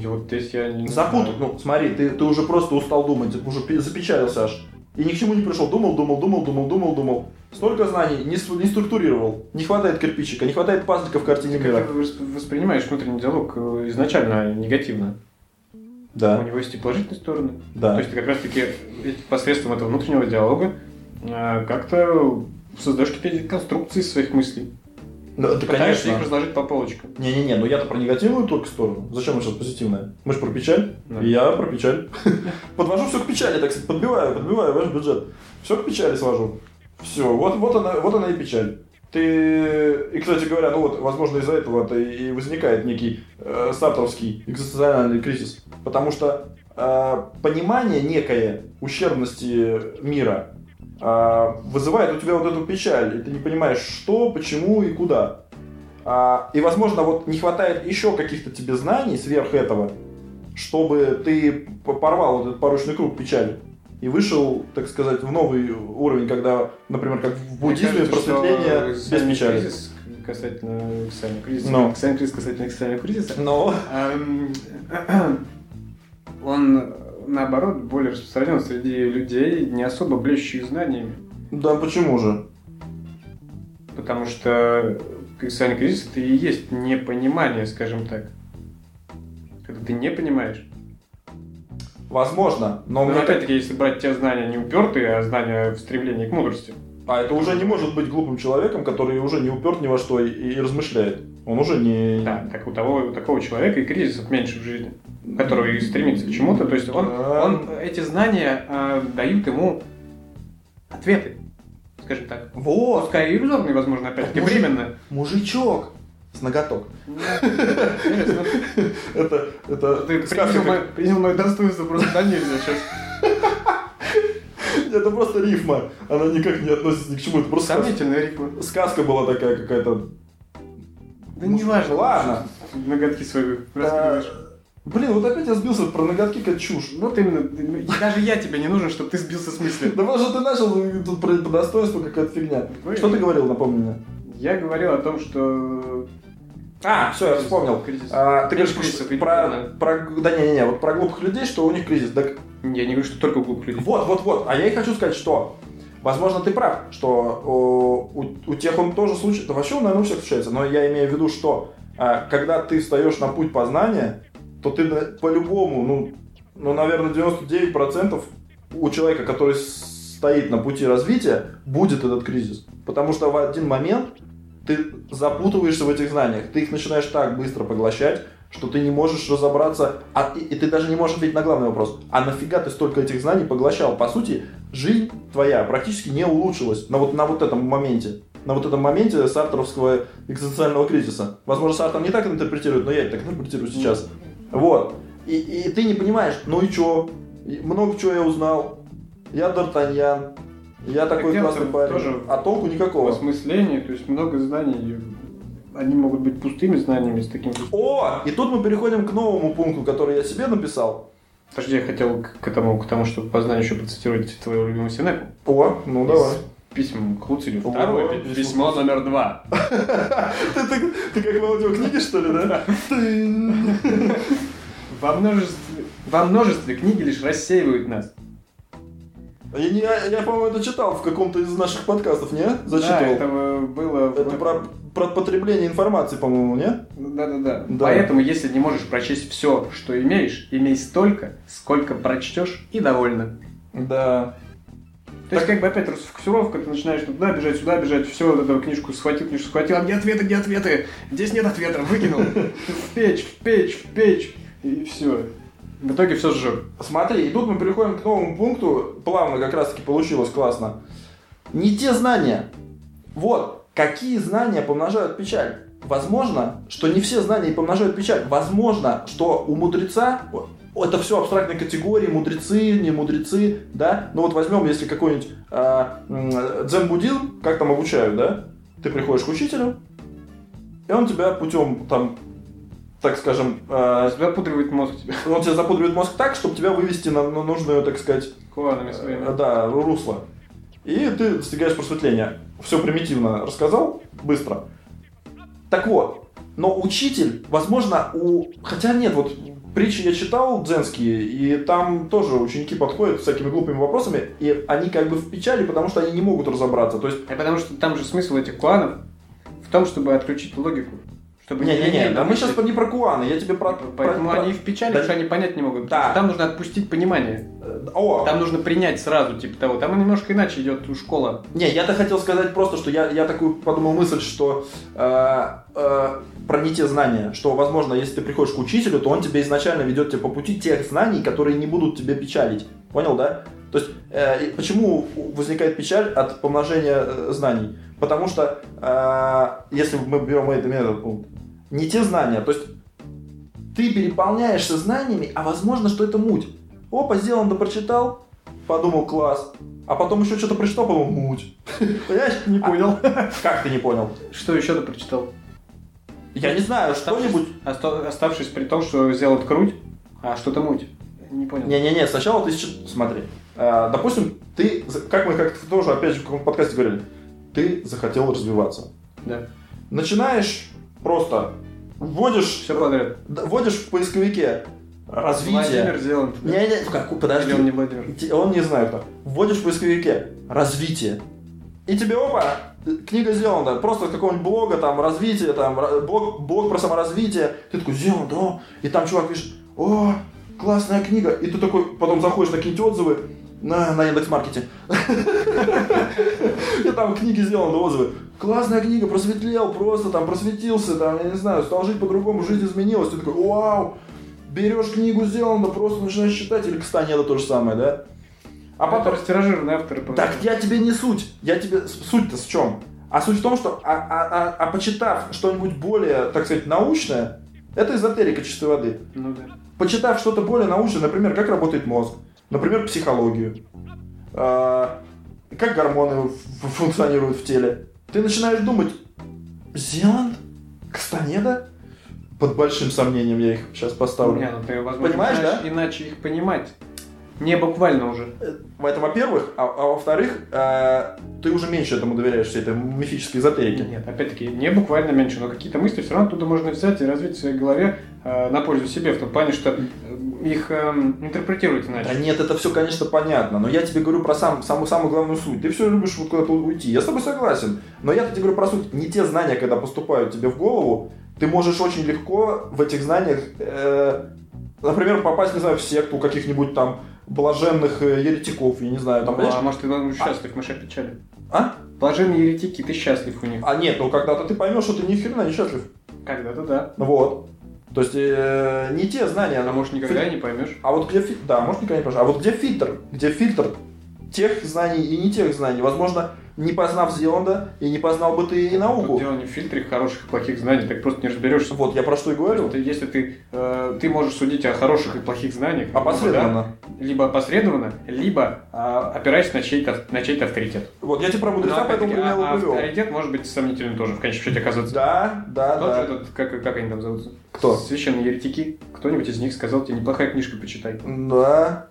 Speaker 2: И вот здесь я не
Speaker 1: Запутал.
Speaker 2: знаю.
Speaker 1: Ну, смотри, ты, ты уже просто устал думать, уже пе- запечалился аж. И ни к чему не пришел. Думал, думал, думал, думал, думал, думал. Столько знаний, не, стру- не структурировал. Не хватает кирпичика, не хватает пазлика в картине
Speaker 2: Ты
Speaker 1: мира.
Speaker 2: как-то восп- воспринимаешь внутренний диалог э, изначально негативно. У
Speaker 1: Да,
Speaker 2: него есть и положительные стороны. То
Speaker 1: да.
Speaker 2: есть ты как раз-таки посредством этого внутреннего диалога э, как-то создаешь какие-то конструкции из своих мыслей.
Speaker 1: Да, да,
Speaker 2: Пытаешься
Speaker 1: Ну,
Speaker 2: их
Speaker 1: конечно.
Speaker 2: разложить по полочкам.
Speaker 1: Не-не-не, ну я-то про негативную только сторону. Зачем мы сейчас позитивное? Мы же про печаль.
Speaker 2: Да.
Speaker 1: И я про печаль. Подвожу все к печали, так сказать, подбиваю, подбиваю ваш бюджет. Все к печали свожу. Все, вот, вот, она, вот она и печаль. Ты, и, кстати говоря, ну вот, возможно, из-за этого это и возникает некий э, сартовский экзистенциальный кризис. Потому что э, понимание некое ущербности мира э, вызывает у тебя вот эту печаль, и ты не понимаешь, что, почему и куда. А, и, возможно, вот не хватает еще каких-то тебе знаний сверх этого, чтобы ты п- порвал вот этот порочный круг печали и вышел, так сказать, в новый уровень, когда, например, как в
Speaker 2: Мне
Speaker 1: буддизме
Speaker 2: кажется, что
Speaker 1: просветление без
Speaker 2: экзамен
Speaker 1: печали.
Speaker 2: кризис касательно экзамена кризиса.
Speaker 1: Ну.
Speaker 2: экзамен кризис касательно экзамена кризиса.
Speaker 1: Но
Speaker 2: Эм, Он, наоборот, более распространен среди людей, не особо блещущих знаниями.
Speaker 1: да почему же?
Speaker 2: потому что экзистенциальный кризис это и есть непонимание, скажем так. Когда ты не понимаешь.
Speaker 1: Возможно, но,
Speaker 2: Но
Speaker 1: мне
Speaker 2: опять-таки, если брать те знания не упертые, а знания в стремлении к мудрости.
Speaker 1: А это уже не может быть глупым человеком, который уже не уперт ни во что и, и размышляет. Он уже не...
Speaker 2: Да, так у того, у такого человека и кризисов меньше в жизни, который стремится к чему-то. То есть он,
Speaker 1: Да.
Speaker 2: он эти знания э, дают ему ответы, скажем так.
Speaker 1: Вот,
Speaker 2: Пускай и иллюзорные, возможно, опять-таки,
Speaker 1: Мужик.
Speaker 2: временно.
Speaker 1: мужичок! С ноготок.
Speaker 2: Интересно.
Speaker 1: Это, это
Speaker 2: Ты
Speaker 1: сказка
Speaker 2: принял мое- принял мое достоинство просто за нельзя сейчас.
Speaker 1: как- Это просто рифма. Она никак не относится ни к чему. Это просто сказка.
Speaker 2: Сомнительная рифма.
Speaker 1: сказка была такая какая-то.
Speaker 2: Да
Speaker 1: Ну,
Speaker 2: не важно.
Speaker 1: ладно.
Speaker 2: Ноготки свои
Speaker 1: Да.
Speaker 2: раскидываешь.
Speaker 1: Блин, вот опять я сбился про ноготки как чушь.
Speaker 2: Вот именно. ну, ты- Даже я тебе не нужен, чтобы ты сбился с мысли.
Speaker 1: Да потому что ты начал э, тут про по достоинству какая-то фигня.
Speaker 2: Вы-
Speaker 1: Что ты говорил, напомни мне?
Speaker 2: Я говорил о том, что...
Speaker 1: А, все, я вспомнил.
Speaker 2: Кризис.
Speaker 1: А, ты
Speaker 2: Нет
Speaker 1: говоришь
Speaker 2: кризисов,
Speaker 1: про,
Speaker 2: ведь
Speaker 1: про,
Speaker 2: главное.
Speaker 1: да не не не вот про глупых людей, что у них кризис. Так
Speaker 2: Я не говорю, что только у глупых людей.
Speaker 1: Вот, вот, вот. А я и хочу сказать, что, возможно, ты прав, что о, у, у тех он тоже случается. Да вообще он, наверное, у всех случается. Но я имею в виду, что а, когда ты встаешь на путь познания, то ты на- по-любому, ну, ну, наверное, 99% у человека, который с- стоит на пути развития, будет этот кризис. Потому что в один момент ты запутываешься в этих знаниях, ты их начинаешь так быстро поглощать, что ты не можешь разобраться, а, и, и ты даже не можешь ответить на главный вопрос. А нафига ты столько этих знаний поглощал? По сути, жизнь твоя практически не улучшилась на вот, на вот этом моменте. На вот этом моменте сартеровского экзистенциального кризиса. Возможно, Сартер не так интерпретирует, но я это так интерпретирую сейчас. Вот. И, и ты не понимаешь, ну и чё? И Много чего я узнал. Я Д'Артаньян. Я такой
Speaker 2: я в
Speaker 1: классный
Speaker 2: целом
Speaker 1: парень.
Speaker 2: тоже
Speaker 1: А толку никакого.
Speaker 2: Осмысление, то есть много знаний. Они могут быть пустыми знаниями с таким...
Speaker 1: О, и тут мы переходим к новому пункту, который я себе написал.
Speaker 2: Подожди, я хотел к, к этому, к тому, чтобы по знанию еще процитировать твоего любимого Синепу.
Speaker 1: О, ну давай.
Speaker 2: Письмо к Хуцелю.
Speaker 1: О,
Speaker 2: Второе пи-
Speaker 1: письмо.
Speaker 2: письмо номер два.
Speaker 1: Ты, ты- ты как в аудиокниге, что ли, да? Тынь.
Speaker 2: Во множестве, во множестве книги лишь рассеивают нас.
Speaker 1: Я, не- я- я, по-моему, это читал в каком-то из наших подкастов, не? Зачитывал.
Speaker 2: Да, это э, было... в-
Speaker 1: это... про, про потребление информации, по-моему, не?
Speaker 2: Да-да-да.
Speaker 1: Да.
Speaker 2: Поэтому, если не можешь прочесть все, что имеешь, имей столько, сколько прочтешь и довольно.
Speaker 1: Да.
Speaker 2: То есть, как бы опять расфокусировка, ты начинаешь туда бежать, сюда бежать, все, вот эту книжку схватил, книжку схватил, а где ответы, где ответы? Здесь нет ответа, выкинул. В печь, в печь, в печь, и все. В итоге все сжег.
Speaker 1: Смотри, и тут мы переходим к новому пункту. Плавно как раз-таки получилось классно. Не те знания. Вот, какие знания помножают печаль? Возможно, что не все знания и помножают печаль. Возможно, что у мудреца о, это все абстрактные категории, мудрецы, не мудрецы, да? Ну вот возьмем, если какой-нибудь а, м, дзен-буддизм, как там обучают, да? Ты приходишь к учителю, и он тебя путем, там, так скажем, а,
Speaker 2: Запудривает мозг тебя
Speaker 1: он тебе запудривает мозг так, чтобы тебя вывести на, на нужную, так сказать,
Speaker 2: куанами
Speaker 1: э,
Speaker 2: своими.
Speaker 1: да, русло. И ты достигаешь просветления. Все примитивно рассказал, быстро. Так вот, но учитель, возможно, у... Хотя нет, вот притчи я читал дзенские, и там тоже ученики подходят с всякими глупыми вопросами, и они как бы в печали, потому что они не могут разобраться. То есть,
Speaker 2: А потому что там же смысл этих куанов в том, чтобы отключить логику. Чтобы
Speaker 1: не-не-не, да мы
Speaker 2: мыслить.
Speaker 1: сейчас не про Куана, я тебе про... про-
Speaker 2: Поэтому
Speaker 1: про-
Speaker 2: они в печали,
Speaker 1: Да.
Speaker 2: потому что они понять не могут.
Speaker 1: Да.
Speaker 2: Там нужно отпустить понимание.
Speaker 1: э, О,
Speaker 2: Там нужно принять сразу, типа того. Там немножко иначе идет школа.
Speaker 1: Не, я-то хотел сказать просто, что я, я такую подумал мысль, что э, э, про не те знания, что, возможно, если ты приходишь к учителю, то он тебе изначально ведет тебя по пути тех знаний, которые не будут тебя печалить. Понял, да? То есть, э, и почему возникает печаль от помножения э, знаний? Потому что, э, если мы берем это этот пункт, не те знания, то есть ты переполняешься знаниями, а возможно, что это муть. Опа, сделано, да прочитал, подумал, класс. А потом еще что-то прочитал, по-моему, муть. Понимаешь?
Speaker 2: Не понял.
Speaker 1: Как ты не понял?
Speaker 2: Что еще ты прочитал?
Speaker 1: Я не знаю, что-нибудь...
Speaker 2: Оста- Оставшись при том, что сделал круть, а что-то муть. Не понял.
Speaker 1: Не-не-не, сначала ты... счит- Смотри. А, Допустим, ты... за- Как мы как-то тоже, опять же, в каком подкасте говорили. Ты захотел развиваться.
Speaker 2: Да.
Speaker 1: Начинаешь просто... Вводишь...
Speaker 2: Все подряд.
Speaker 1: да, Вводишь в поисковике
Speaker 2: Владимир
Speaker 1: развитие.
Speaker 2: сделан.
Speaker 1: Не-не, как-
Speaker 2: Или
Speaker 1: подожди.
Speaker 2: он не Владимир.
Speaker 1: Те- Он не знает кто. Вводишь в поисковике развитие. И тебе, опа, э, книга сделана. Просто с какого-нибудь блога, там, развитие, там, ра- блог, блог про саморазвитие. Ты такой, сделан, да. И там чувак пишет, о, классная книга. И ты такой, потом заходишь на какие-нибудь отзывы на, на Яндекс.Маркете. И там книги сделаны, отзывы. Классная книга, просветлел, просто там просветился, там, я не знаю, стал жить по-другому, жизнь изменилась. Ты такой, вау, берешь книгу сделано, просто начинаешь читать, или Кастанеда то же самое, да?
Speaker 2: А потом растиражированные авторы.
Speaker 1: Так я тебе не суть. Я тебе... Суть-то в чем? А суть в том, что а, а- а- а почитав что-нибудь более, так сказать, научное, это эзотерика чистой воды.
Speaker 2: Ну да.
Speaker 1: Почитав что-то более научное, например, как работает мозг, например, психологию, а, как гормоны ф- функционируют в теле, ты начинаешь думать, Зеланд? Кастанеда? Под большим сомнением я их сейчас поставлю.
Speaker 2: Не, ну ты, возможно,
Speaker 1: Понимаешь,
Speaker 2: иначе,
Speaker 1: да?
Speaker 2: иначе их понимать. Не буквально уже.
Speaker 1: Э, Это во-первых, а, а во-вторых, э, ты уже меньше этому доверяешь всей этой мифической эзотерике.
Speaker 2: Нет, опять-таки, не буквально меньше, но какие-то мысли все равно оттуда можно взять и развить в своей голове э, на пользу себе, в том плане, что э, их эм, интерпретировать
Speaker 1: Да
Speaker 2: иначе.
Speaker 1: нет, это все, конечно, понятно, но я тебе говорю про сам, саму, самую главную суть. Ты все любишь вот куда-то уйти, я с тобой согласен, но я тебе говорю про суть. Не те знания, когда поступают тебе в голову, ты можешь очень легко в этих знаниях, э, например, попасть, не знаю, в секту каких-нибудь там блаженных э, еретиков, я не знаю, там,
Speaker 2: а
Speaker 1: понимаешь?
Speaker 2: может, ты ну, счастлив, мышек печали.
Speaker 1: А?
Speaker 2: Блаженные еретики, ты счастлив у них.
Speaker 1: А нет, ну когда-то ты поймешь, что ты ни хрена не счастлив.
Speaker 2: Когда-то да.
Speaker 1: Вот. То есть э, не те знания.
Speaker 2: А может, никогда и не поймешь.
Speaker 1: А вот где фильтр? Да, может никогда не поймешь. А вот где фильтр? Где фильтр тех знаний и не тех знаний? Возможно, не познав Зеланда, и не познал бы ты и
Speaker 2: Тут
Speaker 1: науку.
Speaker 2: дело не в фильтре хороших и плохих знаний, так просто не разберешься.
Speaker 1: Вот, я про что и говорю.
Speaker 2: Ты- Если ты, э, ты можешь судить о хороших и плохих знаниях, ну, да,
Speaker 1: Опосредованно.
Speaker 2: либо опосредованно, либо а, опираясь на чей-то, на чей-то авторитет.
Speaker 1: Вот, я тебе про
Speaker 2: Но
Speaker 1: мудреца по этому
Speaker 2: Ну, опять-таки,
Speaker 1: примеру
Speaker 2: а- а
Speaker 1: привел.
Speaker 2: авторитет может быть сомнительным тоже, в конечном счете оказаться.
Speaker 1: Да, да,
Speaker 2: Тот же
Speaker 1: да.
Speaker 2: этот, как, как они там зовутся?
Speaker 1: Кто?
Speaker 2: Священные еретики. Кто-нибудь из них сказал тебе, неплохая книжка, почитай.
Speaker 1: Да.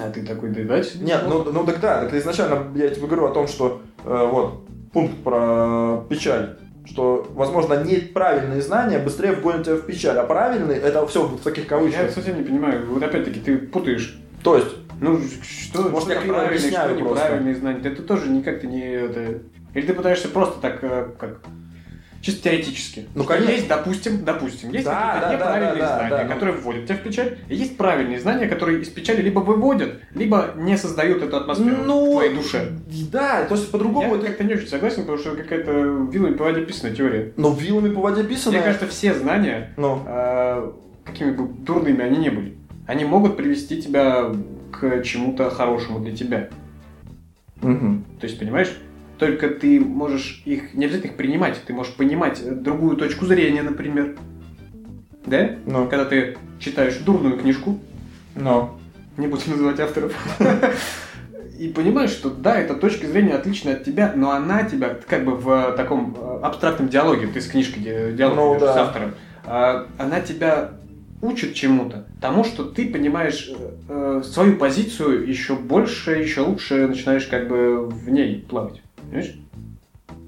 Speaker 2: А ты такой, да и дать?
Speaker 1: Нет, ну, ну так да, так изначально я тебе говорю о том, что э, вот пункт про печаль, что, возможно, неправильные знания быстрее вгонят тебя в печаль, а правильные, это все в таких
Speaker 2: Я
Speaker 1: кавычках.
Speaker 2: совсем не понимаю. Вот опять-ки, ты путаешь
Speaker 1: То есть,
Speaker 2: Ну, что,
Speaker 1: Может,
Speaker 2: что
Speaker 1: я криво
Speaker 2: правильные, что
Speaker 1: объясняю просто.
Speaker 2: неправильные знания. Да Это тоже никак ты не... Это... Или ты пытаешься просто так, э, как... Чисто теоретически.
Speaker 1: Ну,
Speaker 2: Что
Speaker 1: конечно.
Speaker 2: Есть, допустим, допустим, есть
Speaker 1: Да, да,
Speaker 2: какие-то
Speaker 1: да,
Speaker 2: неправильные
Speaker 1: да, да,
Speaker 2: знания,
Speaker 1: да, ну.
Speaker 2: которые вводят тебя в печаль, и есть правильные знания, которые из печали либо выводят, либо не создают эту атмосферу
Speaker 1: Ну,
Speaker 2: в твоей душе.
Speaker 1: Да, то есть по-другому
Speaker 2: Я
Speaker 1: это...
Speaker 2: как-то не очень согласен, потому что какая-то вилами по воде писанная теория.
Speaker 1: Но вилами по воде
Speaker 2: Мне
Speaker 1: писано.
Speaker 2: кажется, все знания,
Speaker 1: Ну,
Speaker 2: э, какими бы дурными они не были, они могут привести тебя к чему-то хорошему для тебя.
Speaker 1: мгм.
Speaker 2: То есть, понимаешь, только ты можешь их, не обязательно их принимать, ты можешь понимать э, другую точку зрения, например. Да?
Speaker 1: ну,
Speaker 2: Когда ты читаешь дурную книжку,
Speaker 1: ну.
Speaker 2: не буду называть авторов, и понимаешь, что да, эта точка зрения отличная от тебя, но она тебя как бы в э, таком э, абстрактном диалоге, ты с книжкой ди- диалог
Speaker 1: Ну
Speaker 2: ведёшь с
Speaker 1: да.
Speaker 2: автором, а, она тебя учит чему-то, тому, что ты понимаешь э, э, свою позицию еще больше, еще лучше начинаешь как бы в ней плавать. Понимаешь?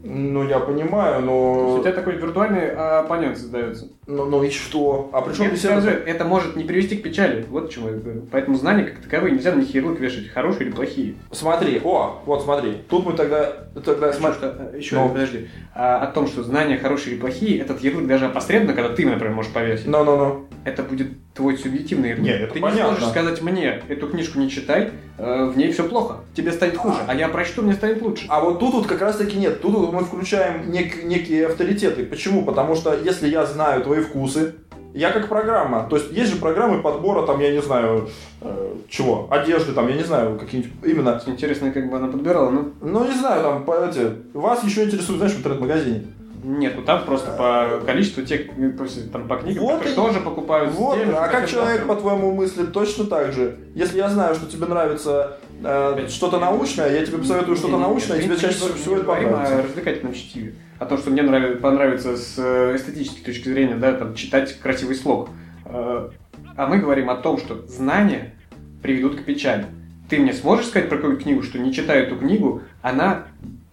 Speaker 1: Ну, я понимаю,
Speaker 2: То есть у
Speaker 1: но...
Speaker 2: тебя такой виртуальный а, оппонент создается.
Speaker 1: Ну, ну и что? А при чем
Speaker 2: Нет,
Speaker 1: здесь
Speaker 2: сразу
Speaker 1: это?
Speaker 2: же, это может не привести к печали. Вот к чему я говорю. Поэтому знания как таковые нельзя на них ярлык вешать, хорошие или плохие.
Speaker 1: Смотри, о, вот смотри. Тут мы тогда... тогда
Speaker 2: Потому
Speaker 1: смо-
Speaker 2: что, э, еще,
Speaker 1: Ну.
Speaker 2: подожди, А, о том, что знания хорошие или плохие, этот ярлык даже опосредованно, когда ты, например, можешь повесить,
Speaker 1: Ну, ну, ну.
Speaker 2: это будет твой субъективный ярлык.
Speaker 1: Нет, это
Speaker 2: ты
Speaker 1: понятно.
Speaker 2: не сможешь сказать мне, эту книжку не читай, э, в ней все плохо, тебе станет хуже, а я прочту, мне станет лучше.
Speaker 1: А вот тут вот как раз таки нет. Тут вот мы включаем нек- некие авторитеты. Почему? Потому что если я знаю твои вкусы, я как программа. То есть есть же программы подбора, там, я не знаю, э, чего, одежды, там, я не знаю, какие-нибудь именно
Speaker 2: Интересно, как бы она подбирала, ну,
Speaker 1: Ну, не знаю, там, по- эти, вас еще интересует, знаешь, в интернет-магазине.
Speaker 2: нет, ну там просто по количеству тех, э, то есть там по книгам,
Speaker 1: Вот
Speaker 2: которые
Speaker 1: и-
Speaker 2: тоже покупают.
Speaker 1: Вот,
Speaker 2: теми же,
Speaker 1: а как
Speaker 2: и
Speaker 1: человек,
Speaker 2: авторы.
Speaker 1: по-твоему, мыслит точно так же? Если я знаю, что тебе нравится э,
Speaker 2: Опять же,
Speaker 1: что-то научное, я тебе посоветую что-то
Speaker 2: Не-не-не,
Speaker 1: научное, и тебе
Speaker 2: мы не
Speaker 1: чаще
Speaker 2: говорим-
Speaker 1: всего
Speaker 2: не
Speaker 1: это
Speaker 2: говорим о
Speaker 1: понравится.
Speaker 2: развлекательном чтиве. О том, что мне нрави- понравится с э, эстетической точки зрения, да, там, читать красивый слог. Э, А мы говорим о том, что знания приведут к печали. Ты мне сможешь сказать про какую книгу, что не читая эту книгу, она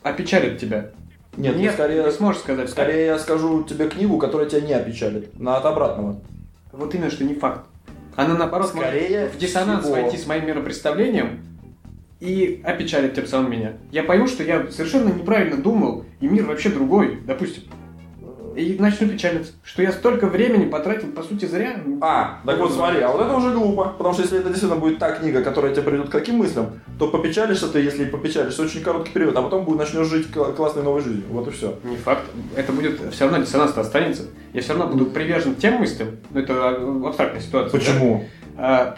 Speaker 2: опечалит тебя?
Speaker 1: Нет,
Speaker 2: Нет, ты
Speaker 1: скорее,
Speaker 2: не сможешь сказать.
Speaker 1: скорее я скажу тебе книгу, которая тебя не опечалит, на от обратного.
Speaker 2: Вот именно, что не факт. Она, наоборот, может
Speaker 1: Скорее
Speaker 2: Ну, в диссонанс
Speaker 1: всего.
Speaker 2: войти с моим миропредставлением, и опечалит тем самым меня. Я пойму, что я совершенно неправильно думал, и мир вообще другой, допустим. И начну печалиться, что я столько времени потратил, по сути, зря.
Speaker 1: А, так вот смотри, а вот это уже глупо, потому что если это действительно будет та книга, которая тебе приведет к таким мыслям, то попечалишься ты, если и попечалишься, очень короткий период, а потом будет, начнешь жить кла- классной новой жизнью. Вот и все.
Speaker 2: Не факт. Это будет все равно диссонанс останется. Я все равно буду привержен тем мыслям. Ну, это а, абстрактная ситуация. да?
Speaker 1: Почему?
Speaker 2: А,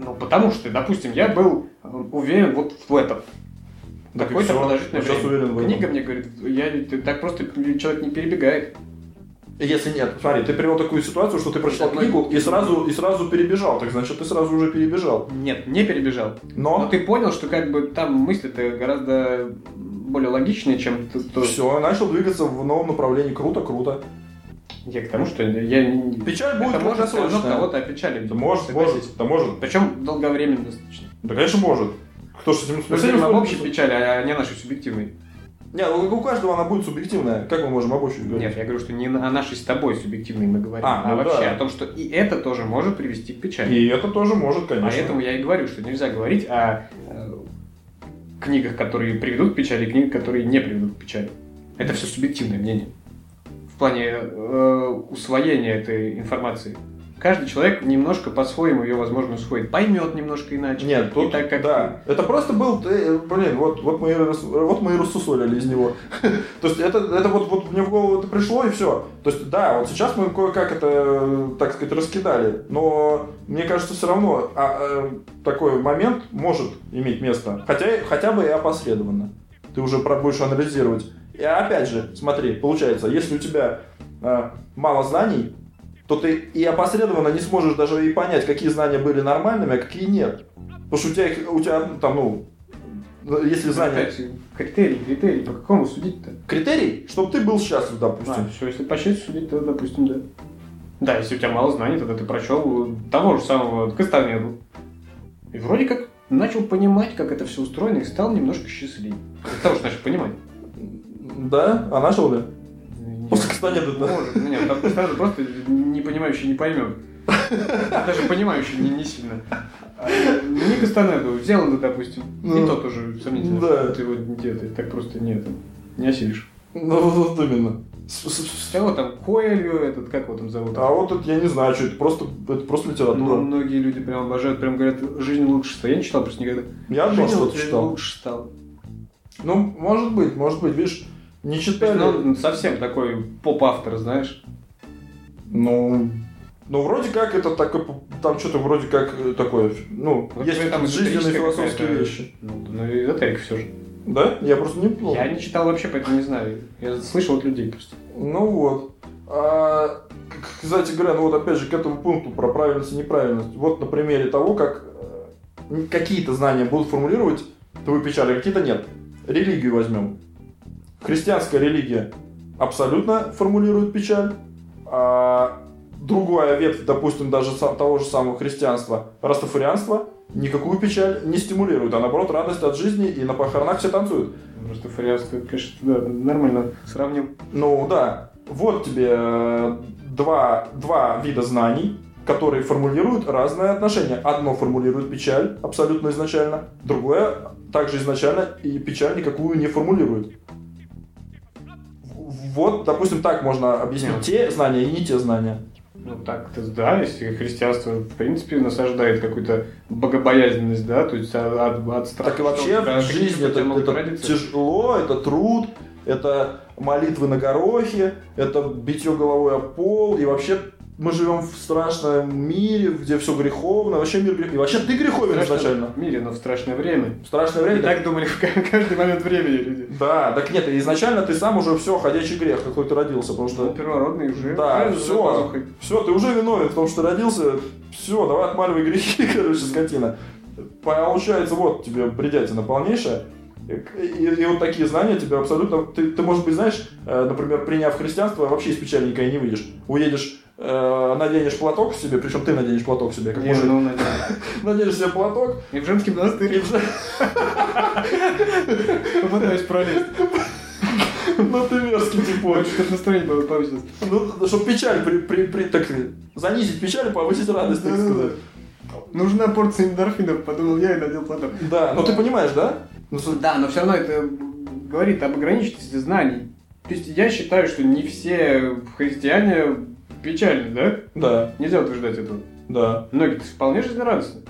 Speaker 2: ну, потому что, допустим, я был э, уверен вот в этом.
Speaker 1: Так и
Speaker 2: Какое-то
Speaker 1: всё.
Speaker 2: продолжительное
Speaker 1: Я щас
Speaker 2: время.
Speaker 1: уверен в этом.
Speaker 2: Книга мне говорит, я, ты так просто человек не перебегает.
Speaker 1: Если нет, смотри, ты привел такую ситуацию, что ты прочитал
Speaker 2: Это
Speaker 1: книгу
Speaker 2: мой-
Speaker 1: и сразу, и сразу перебежал, так значит ты сразу уже перебежал.
Speaker 2: Нет, не перебежал. Но
Speaker 1: Но
Speaker 2: ты понял, что как бы там мысли-то гораздо более логичные, чем то, что...
Speaker 1: все, начал двигаться в новом направлении, круто, круто.
Speaker 2: Я к тому, что я... не-
Speaker 1: Печаль будет
Speaker 2: Это может все равно
Speaker 1: долгосрочная.
Speaker 2: кого-то опечалить.
Speaker 1: Да может, может, да может.
Speaker 2: Причем долговременно достаточно.
Speaker 1: Да, конечно, может. Кто ж с этим
Speaker 2: Мы
Speaker 1: с этим
Speaker 2: говорим об
Speaker 1: сложно-
Speaker 2: общей печали, а не о нашей субъективной.
Speaker 1: Не, ну, у каждого она будет субъективная. Как мы можем об общем говорить?
Speaker 2: Нет, я говорю, что не на- о нашей с тобой субъективной мы говорим,
Speaker 1: А,
Speaker 2: а,
Speaker 1: ну
Speaker 2: вообще
Speaker 1: да.
Speaker 2: о том, что и это тоже может привести к печали.
Speaker 1: И это тоже может, конечно.
Speaker 2: А Поэтому я и говорю, что нельзя говорить о э, книгах, которые приведут к печали, и книгах, которые не приведут к печали. Это все субъективное мнение. В плане э, усвоения этой информации. Каждый человек немножко по-своему ее, возможно, усвоит. Поймет немножко иначе.
Speaker 1: Нет, тут,
Speaker 2: И так как-
Speaker 1: да. Это просто был, э, блин, вот, вот мы, и рас- вот мы и рассусолили из него. То есть это, это вот, вот мне в голову это пришло и все. То есть да, вот сейчас мы кое-как это, э, так сказать, раскидали. Но мне кажется, все равно а, э, такой момент может иметь место. Хотя, хотя бы и опосредованно. Ты уже про- будешь анализировать. И опять же, смотри, получается, если у тебя э, мало знаний, то ты и опосредованно не сможешь даже и понять, какие знания были нормальными, а какие нет. Потому что у тебя, их- у тебя там, ну, если знания...
Speaker 2: Опять, Критерий, критерий. По какому судить-то?
Speaker 1: Критерий, чтобы ты был счастлив, допустим.
Speaker 2: А, все, если по счастью судить, то, допустим, да. Да, если у тебя мало знаний, тогда ты прочел того же самого Кастанеду. И вроде как начал понимать, как это все устроено, и стал немножко счастливее. От того, что начал понимать.
Speaker 1: Да? А нашел ли? После Кастанеды, да?
Speaker 2: Может, ну нет, там Кастанеда просто не понимающий не поймет. Даже понимающий не, не сильно. А, Не Кастанеду, Зеланда, допустим.
Speaker 1: Ну.
Speaker 2: и тот уже сомнительно.
Speaker 1: Да.
Speaker 2: Ты его где-то так просто не, это, не осилишь.
Speaker 1: Ну, вот именно. С- с- с-
Speaker 2: Кого там, Коэлью этот, как его там зовут?
Speaker 1: А вот это я не знаю, что это просто, это просто
Speaker 2: Ну,
Speaker 1: литература.
Speaker 2: многие люди прям обожают, прям говорят, жизнь лучше стала. Я не читал просто никогда.
Speaker 1: Я одно
Speaker 2: «Жизнь
Speaker 1: что-то
Speaker 2: лучше-
Speaker 1: читал.
Speaker 2: лучше стала.
Speaker 1: Ну, может быть, может быть, видишь, не
Speaker 2: То есть, ну,
Speaker 1: читали.
Speaker 2: он совсем такой поп-автор, знаешь.
Speaker 1: Ну, ну, вроде как это такой, там что-то вроде как э, такое, ну,
Speaker 2: Вот
Speaker 1: есть
Speaker 2: тебе там
Speaker 1: жизненные
Speaker 2: эзотерическая
Speaker 1: философские
Speaker 2: какая-то-
Speaker 1: вещи.
Speaker 2: Ну, да, ну и эзотерик все же.
Speaker 1: Да? Я просто не понял.
Speaker 2: Я не читал вообще, поэтому не знаю. Я слышал от людей просто.
Speaker 1: Ну вот. А, к- кстати говоря, ну вот опять же к этому пункту про правильность и неправильность. Вот на примере того, как э, какие-то знания будут формулировать твою печаль, а какие-то нет. Религию возьмем. Христианская религия абсолютно формулирует печаль, а другая ветвь, допустим, даже са- того же самого христианства, растафарианство, никакую печаль не стимулирует, а наоборот радость от жизни и на похоронах все танцуют.
Speaker 2: Просто фарианство, конечно, да, нормально сравнил.
Speaker 1: Ну да, вот тебе э, два, два вида знаний, которые формулируют разные отношения. Одно формулирует печаль абсолютно изначально, другое также изначально и печаль никакую не формулирует. В- Вот, допустим, так можно объяснить
Speaker 2: Нет.
Speaker 1: те знания и не те знания.
Speaker 2: Ну так, то да, если христианство, в принципе, насаждает какую-то богобоязненность, да, то есть от, от, от страха.
Speaker 1: Так и вообще
Speaker 2: что-
Speaker 1: в
Speaker 2: да, какие-то
Speaker 1: жизни это,
Speaker 2: тебя могут
Speaker 1: это
Speaker 2: родиться.
Speaker 1: тяжело, это труд, это молитвы на горохе, это битье головой о пол, и вообще мы живем в страшном мире, где все греховно, вообще мир грех... И вообще ты
Speaker 2: В
Speaker 1: греховен
Speaker 2: страшном
Speaker 1: изначально.
Speaker 2: мире, но в страшное время.
Speaker 1: В страшное
Speaker 2: И
Speaker 1: время.
Speaker 2: так думали в ка- каждый момент времени люди.
Speaker 1: Да, так нет, изначально ты сам уже все, ходячий грех, какой ты родился, потому
Speaker 2: Ну,
Speaker 1: что...
Speaker 2: первородный уже.
Speaker 1: Да,
Speaker 2: уже за
Speaker 1: все,
Speaker 2: пазухой.
Speaker 1: все, ты уже виновен в том, что родился, все, давай отмаливай грехи, короче, скотина. Получается, вот тебе бредятина полнейшая, и, и- и вот такие знания тебя абсолютно... Ты, ты, может быть, знаешь, э, например, приняв христианство, вообще из печали никогда не выйдешь. Уедешь, э, наденешь платок себе, причем ты наденешь платок себе, как
Speaker 2: Не,
Speaker 1: мужик.
Speaker 2: ну, надеюсь.
Speaker 1: Наденешь себе платок,
Speaker 2: И в женский
Speaker 1: и
Speaker 2: монастырь
Speaker 1: уже-
Speaker 2: попытаюсь пролезть.
Speaker 1: ну ты мерзкий типа.
Speaker 2: Больше как настроение было повысилось. Ну,
Speaker 1: Ну, чтобы печаль, при, при, при- так, сказать, занизить печаль, повысить радость, так сказать.
Speaker 2: Нужна порция эндорфинов, подумал я и надел платок.
Speaker 1: Да, ну ты понимаешь, да? Ну, с-
Speaker 2: Да, но все равно это говорит об ограниченности знаний. То есть я считаю, что не все христиане печальны, да?
Speaker 1: Да,
Speaker 2: Нельзя утверждать этого.
Speaker 1: да.
Speaker 2: Многие вполне жизнерадостны.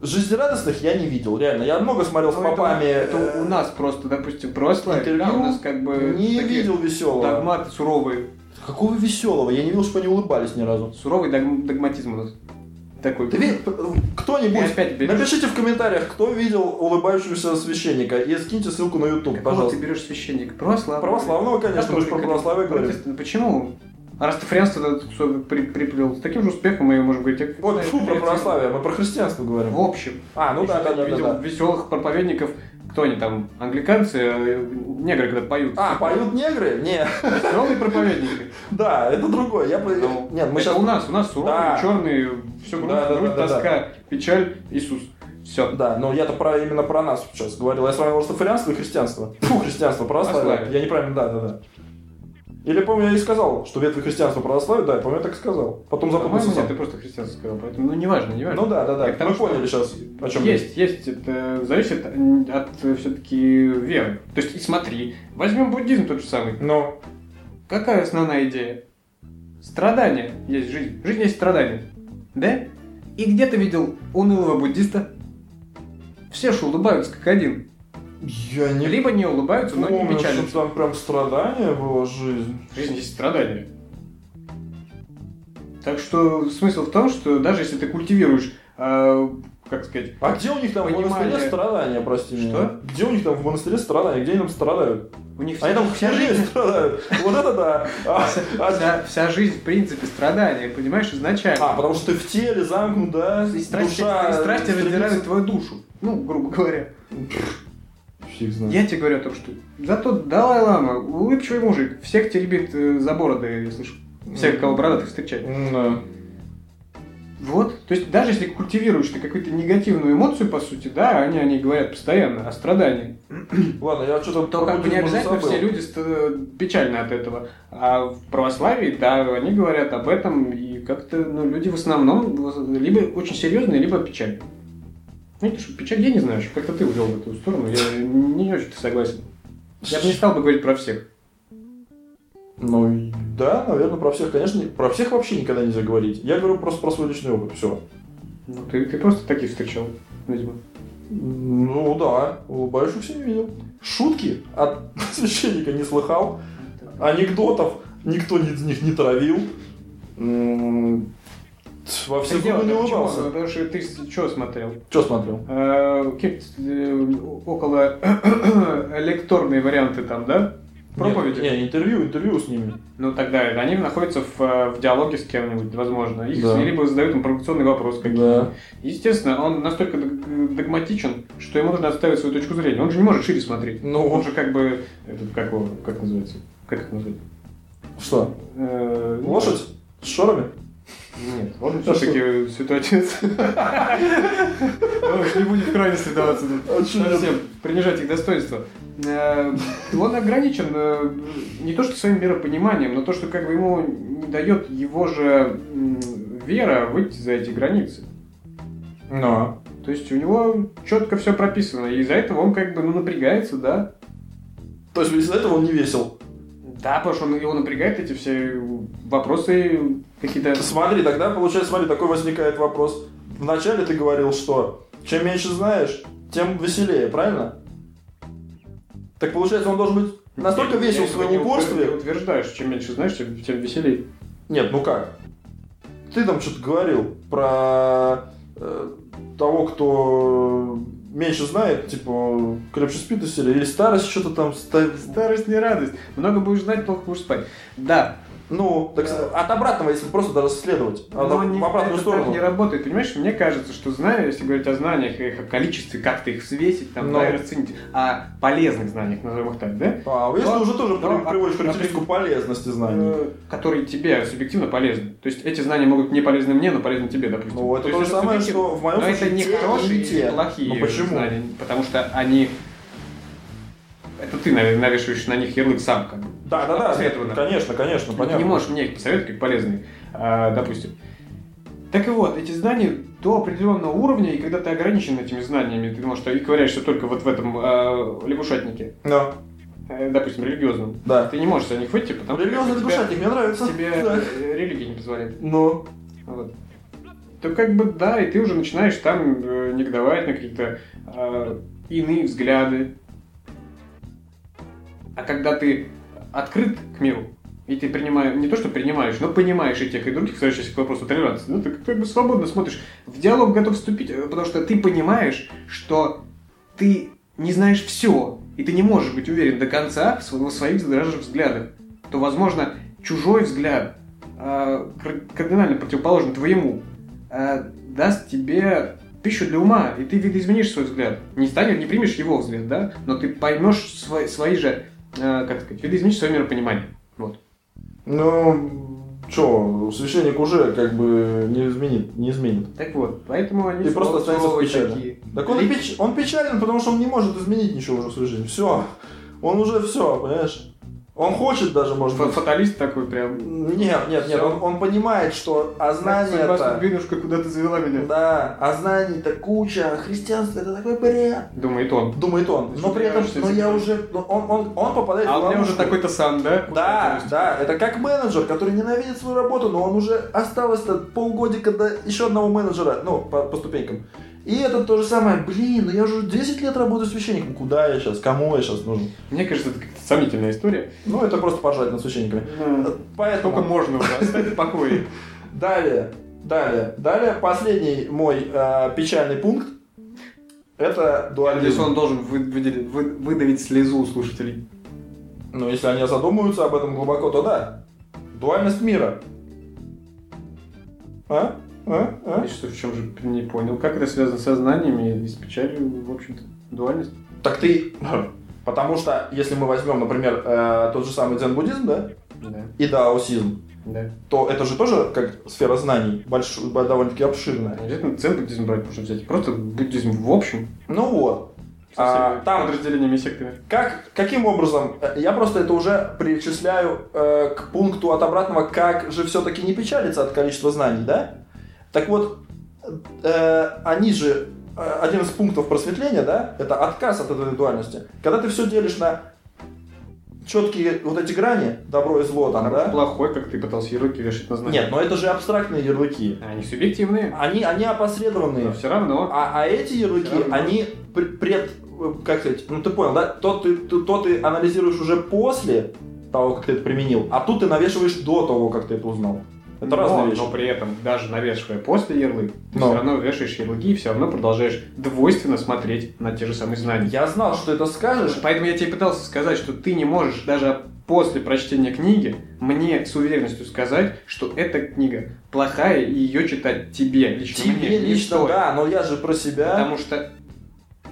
Speaker 1: Жизнерадостных я не видел, реально. Я много смотрел с
Speaker 2: Ну, это-
Speaker 1: попами.
Speaker 2: Это,
Speaker 1: э,
Speaker 2: у нас просто, допустим, православие.
Speaker 1: интервью
Speaker 2: да, у нас как бы
Speaker 1: Не
Speaker 2: такие
Speaker 1: видел веселого.
Speaker 2: догматы суровые.
Speaker 1: Какого веселого? Я не видел, что они улыбались ни разу.
Speaker 2: Суровый дог- догматизм у нас. Такой.
Speaker 1: Ты ви-
Speaker 2: И
Speaker 1: Кто-нибудь,
Speaker 2: опять берешь.
Speaker 1: напишите в комментариях, кто видел улыбающегося священника, и скиньте ссылку на YouTube,
Speaker 2: Какого
Speaker 1: пожалуйста.
Speaker 2: ты берешь священника? Православного.
Speaker 1: Православного, конечно, мы же про
Speaker 2: Католика,
Speaker 1: православие говорим.
Speaker 2: протестанта. Почему? А растафарианство да, тут всё при- приплел. С таким же успехом мы можем говорить. о-
Speaker 1: Вот, фу, про православие, мы про христианство говорим.
Speaker 2: В общем.
Speaker 1: А, ну да, да, да, да,
Speaker 2: видел
Speaker 1: да.
Speaker 2: веселых проповедников. Кто они там? Англиканцы? э, Негры, когда поют.
Speaker 1: А, поют негры? Не,
Speaker 2: Веселые проповедники.
Speaker 1: да, это другое. Я бы...
Speaker 2: Ну,
Speaker 1: Нет, мы
Speaker 2: Это
Speaker 1: сейчас...
Speaker 2: у нас, у нас суровые,
Speaker 1: Да.
Speaker 2: черные, все грустно,
Speaker 1: Да, да,
Speaker 2: грусть,
Speaker 1: да, да,
Speaker 2: тоска, печаль, Иисус. Все.
Speaker 1: Да, но я-то про, именно про нас сейчас говорил. Я сравнивал растафарианство и христианство. Фу, христианство, православие.
Speaker 2: Православие.
Speaker 1: Я неправильно, да, да, да. Или, помню, я и сказал, что ветви христианства православие, да, я помню, я так и сказал. Потом запутался сам.
Speaker 2: ты просто христианство сказал, поэтому ну неважно, неважно.
Speaker 1: Ну да, да,
Speaker 2: Как
Speaker 1: да.
Speaker 2: там
Speaker 1: Мы
Speaker 2: что?
Speaker 1: поняли сейчас, о чем
Speaker 2: есть, есть, это зависит от все-таки веры. То есть, и смотри, возьмем буддизм тот же самый.
Speaker 1: Но
Speaker 2: Какая основная идея? Страдание есть жизнь. Жизнь есть страдание. Да? И где ты видел унылого буддиста? Все же улыбаются как один.
Speaker 1: я не
Speaker 2: Либо не улыбаются, но не
Speaker 1: помню,
Speaker 2: печалятся.
Speaker 1: что там прям страдание было, жизнь.
Speaker 2: Жизнь есть страдания. Так что смысл в том, что даже если ты культивируешь, э, как сказать,
Speaker 1: А где у них там в
Speaker 2: Понимание.
Speaker 1: монастыре страдания, прости меня?
Speaker 2: Что?
Speaker 1: Где у них там в монастыре страдания? Где они там страдают?
Speaker 2: у них
Speaker 1: Они там А вся жизнь страдают. Вот это да. А,
Speaker 2: Вся,
Speaker 1: а-
Speaker 2: вся- вся жизнь, в принципе, страдания, понимаешь, изначально.
Speaker 1: а, потому что ты в теле замкнут, да?
Speaker 2: и страсти,
Speaker 1: Душа
Speaker 2: и страсти
Speaker 1: стремится-
Speaker 2: раздирают твою душу. Ну, грубо говоря.
Speaker 1: Фиг знает.
Speaker 2: Я тебе говорю о том, что зато Далай-Лама, улыбчивый мужик, всех теребит э, за бороды, я слышу. Всех, кого бородатых встречает.
Speaker 1: М-да.
Speaker 2: Вот. То есть даже если культивируешь ты какую-то негативную эмоцию, по сути, да, они, они говорят постоянно о страдании.
Speaker 1: Ладно, я что-то
Speaker 2: То как бы не обязательно все люди ст- печальны от этого. А в православии, да, они говорят об этом, и как-то ну, люди в основном воз- либо очень серьезные, либо печальные. Ну, это что, печаль, я не знаю, что как-то ты увел в эту сторону, я не очень согласен. Я бы не стал бы говорить про всех.
Speaker 1: Ну и да, наверное, про всех, конечно, не- про всех вообще никогда нельзя говорить. Я говорю просто про свой личный опыт, все.
Speaker 2: Ну, ты, ты просто таких встречал, видимо.
Speaker 1: Ну да, улыбающихся не видел. Шутки от священника не слыхал, анекдотов никто ни- из них не травил. М, ть, Во все
Speaker 2: Ты дело-то
Speaker 1: не
Speaker 2: почему?
Speaker 1: улыбался.
Speaker 2: Потому что ты что смотрел?
Speaker 1: Что смотрел?
Speaker 2: Э, какие-то, э, около лекторные варианты там, да? Проповеди?
Speaker 1: Не, не, интервью, интервью с ними.
Speaker 2: Ну тогда они находятся в, э, в диалоге с кем-нибудь, возможно. Их
Speaker 1: Да.
Speaker 2: либо задают им провокационный вопрос какие-то.
Speaker 1: Да.
Speaker 2: Естественно, он настолько дог- догматичен, что ему нужно отставить свою точку зрения. Он же не может шире смотреть.
Speaker 1: Ну,
Speaker 2: Он же как бы, этот, как, его- как называется, как их назвать?
Speaker 1: Что?
Speaker 2: Э,
Speaker 1: Лошадь? С шорами?
Speaker 2: Нет, лошадь все-таки святой отец. Ой, Ну, Не будем в крайность сдаваться. тут.
Speaker 1: А чё нет?
Speaker 2: Совсем принижать их достоинство. Э, Он ограничен э, не то что своим миропониманием, но то, что как бы ему не дает его же м, вера выйти за эти границы.
Speaker 1: Ну,
Speaker 2: То есть у него четко все прописано, и из-за этого он как бы ну, напрягается, да?
Speaker 1: То есть из-за этого он не весел.
Speaker 2: Да, потому что он- его напрягают эти все вопросы какие-то...
Speaker 1: Смотри, тогда получается, смотри, такой возникает вопрос. Вначале ты говорил, что чем меньше знаешь, тем веселее, правильно? Так получается, он должен быть настолько
Speaker 2: Я- я
Speaker 1: весел в
Speaker 2: этого
Speaker 1: своем
Speaker 2: не утвержд-
Speaker 1: упорстве.
Speaker 2: не утверждаешь, чем меньше знаешь, тем, тем веселее.
Speaker 1: Нет, ну как? Ты там что-то говорил про э, того, кто меньше знает, типа, крепче спит и сильнее, или старость что-то там ста-
Speaker 2: Старость не радость. Много будешь знать, плохо будешь спать. Да,
Speaker 1: Ну, так с- от обратного, если просто даже следовать, а
Speaker 2: Но
Speaker 1: там
Speaker 2: не-
Speaker 1: в обратную
Speaker 2: это
Speaker 1: сторону.
Speaker 2: так не работает, понимаешь? Мне кажется, что знания, если говорить о знаниях, их о количестве, как-то их взвесить, там,
Speaker 1: Но.
Speaker 2: да, и расценить, о полезных знаниях, назовем их так, да?
Speaker 1: А, если
Speaker 2: Да.
Speaker 1: уже тоже
Speaker 2: Да,
Speaker 1: при-
Speaker 2: а-
Speaker 1: приводишь
Speaker 2: а
Speaker 1: характеристику полезности знаний.
Speaker 2: Э, Которые тебе субъективно полезны. То есть эти знания могут не полезны мне, но полезны тебе, допустим.
Speaker 1: Ну, это
Speaker 2: есть
Speaker 1: то же самое,
Speaker 2: субъективно.
Speaker 1: что в моем
Speaker 2: Но это
Speaker 1: случае
Speaker 2: не
Speaker 1: те
Speaker 2: хорошие
Speaker 1: и те.
Speaker 2: и плохие
Speaker 1: Ну, почему?
Speaker 2: знания, потому что они... Это ты, наверное, навешиваешь на них ярлык сам, как бы.
Speaker 1: Да, да, да,
Speaker 2: Опосредованно.
Speaker 1: конечно, конечно,
Speaker 2: Ну, Ты
Speaker 1: понятно.
Speaker 2: не можешь мне их посоветовать как полезные, а, допустим. Так и вот, эти знания до определенного уровня, и когда ты ограничен этими знаниями, ты думаешь, что и ковыряешься только вот в этом э, лягушатнике,
Speaker 1: Да.
Speaker 2: э, допустим, религиозном, А
Speaker 1: Да.
Speaker 2: ты не можешь за них выйти, потому
Speaker 1: Религиозный
Speaker 2: что тебя-
Speaker 1: лягушатник, мне нравится.
Speaker 2: тебе
Speaker 1: Да.
Speaker 2: э, религия не позволяет.
Speaker 1: Ну,
Speaker 2: Вот. То как бы да, и ты уже начинаешь там э, негодовать на какие-то э, иные взгляды. А когда ты открыт к миру, и ты принимаешь, не то что принимаешь, но понимаешь и тех, и других, возвращаешься к вопросу толерантности, ну ты как бы свободно смотришь, в диалог готов вступить, э, потому что ты понимаешь, что ты не знаешь все, и ты не можешь быть уверен до конца в сво- в своих даже взглядах, то, возможно, чужой взгляд а, кар- кардинально противоположен твоему, а, даст тебе пищу для ума, и ты видоизменишь свой взгляд. Не станешь, не примешь его взгляд, да, но ты поймешь свои, свои же, а, как сказать, видоизменишь свое миропонимание. Вот.
Speaker 1: ну, чё, священник уже как бы не изменит, не изменит.
Speaker 2: Так вот, поэтому они
Speaker 1: Ты просто
Speaker 2: слово-
Speaker 1: останешься в
Speaker 2: слово
Speaker 1: печали.
Speaker 2: такие.
Speaker 1: Так он, и печ- он печален, потому что он не может изменить ничего уже в своей жизни. Все. Он уже все, понимаешь? Он хочет даже, может
Speaker 2: Ф-
Speaker 1: быть.
Speaker 2: Фаталист такой прям.
Speaker 1: Нет, нет, нет,
Speaker 2: Всё.
Speaker 1: он, он понимает, что а
Speaker 2: Судьба,
Speaker 1: знание-то...
Speaker 2: судьбинушка, куда ты завела меня?
Speaker 1: Да, а знаний-то куча, а христианство это такой бред.
Speaker 2: Думает он.
Speaker 1: Думает он.
Speaker 2: Ты
Speaker 1: Но
Speaker 2: что,
Speaker 1: при этом,
Speaker 2: понимаешь,
Speaker 1: но
Speaker 2: что
Speaker 1: я
Speaker 2: это?
Speaker 1: уже, но он, он, он попадает
Speaker 2: А
Speaker 1: в
Speaker 2: у меня
Speaker 1: ловушку.
Speaker 2: уже такой-то сам, да?
Speaker 1: Да,
Speaker 2: Куда-то.
Speaker 1: да, это как менеджер, который ненавидит свою работу, но он уже осталось-то полгодика до еще одного менеджера, ну, по, по ступенькам. И это то же самое, блин, ну я уже 10 лет работаю священником, куда я сейчас, кому я сейчас нужен?
Speaker 2: Мне кажется, это как-то сомнительная история.
Speaker 1: Ну, это просто поржать над священниками. Поэтому...
Speaker 2: Только можно уже оставить в покое.
Speaker 1: Далее, далее, далее, последний мой э, печальный пункт. Это
Speaker 2: Надеюсь,
Speaker 1: дуализм.
Speaker 2: он должен вы- выделить- вы- выдавить слезу у слушателей.
Speaker 1: Ну, если они задумаются об этом глубоко, то да. Дуальность мира. А? А? А?
Speaker 2: Я что, в чем же не понял? Как это связано со знаниями и с печалью, в общем-то? Дуальность?
Speaker 1: Так ты... Потому что, если мы возьмем, например, э, тот же самый дзен-буддизм, да,
Speaker 2: Да.
Speaker 1: и даосизм,
Speaker 2: Да.
Speaker 1: то это же тоже как сфера знаний, больш... довольно-таки обширная.
Speaker 2: Не обязательно центр буддизм брать можно взять. Просто буддизм в общем.
Speaker 1: Ну вот.
Speaker 2: Со
Speaker 1: А,
Speaker 2: всеми
Speaker 1: там-
Speaker 2: подразделениями и сектами.
Speaker 1: Как, каким образом? Э, Я просто это уже причисляю э, к пункту от обратного, как же все-таки не печалиться от количества знаний, да? Так вот, э, они же, э, один из пунктов просветления, да, это отказ от этой дуальности. Когда ты все делишь на четкие вот эти грани, добро и зло там,
Speaker 2: Хороший,
Speaker 1: да?
Speaker 2: плохой, как ты пытался ярлыки вешать на знания.
Speaker 1: Нет, но это же абстрактные ярлыки.
Speaker 2: Они субъективные.
Speaker 1: Они, они опосредованные.
Speaker 2: Но все равно.
Speaker 1: А, а эти ярлыки,
Speaker 2: Всё равно.
Speaker 1: они пр- пред... э, Как сказать? Ну ты понял, да? То ты, ты- то ты анализируешь уже после того, как ты это применил, а тут ты навешиваешь до того, как ты это узнал. Это
Speaker 2: но,
Speaker 1: разные вещи.
Speaker 2: но при этом, даже навешивая после ярлык, ты
Speaker 1: Но.
Speaker 2: все равно вешаешь ярлыки и все равно продолжаешь двойственно смотреть на те же самые знания.
Speaker 1: Я знал, что это скажешь.
Speaker 2: Поэтому я тебе пытался сказать, что ты не можешь даже после прочтения книги мне с уверенностью сказать, что эта книга плохая, и ее читать тебе лично. мне
Speaker 1: Тебе
Speaker 2: не
Speaker 1: лично,
Speaker 2: стоит.
Speaker 1: да, но я же про себя.
Speaker 2: Потому что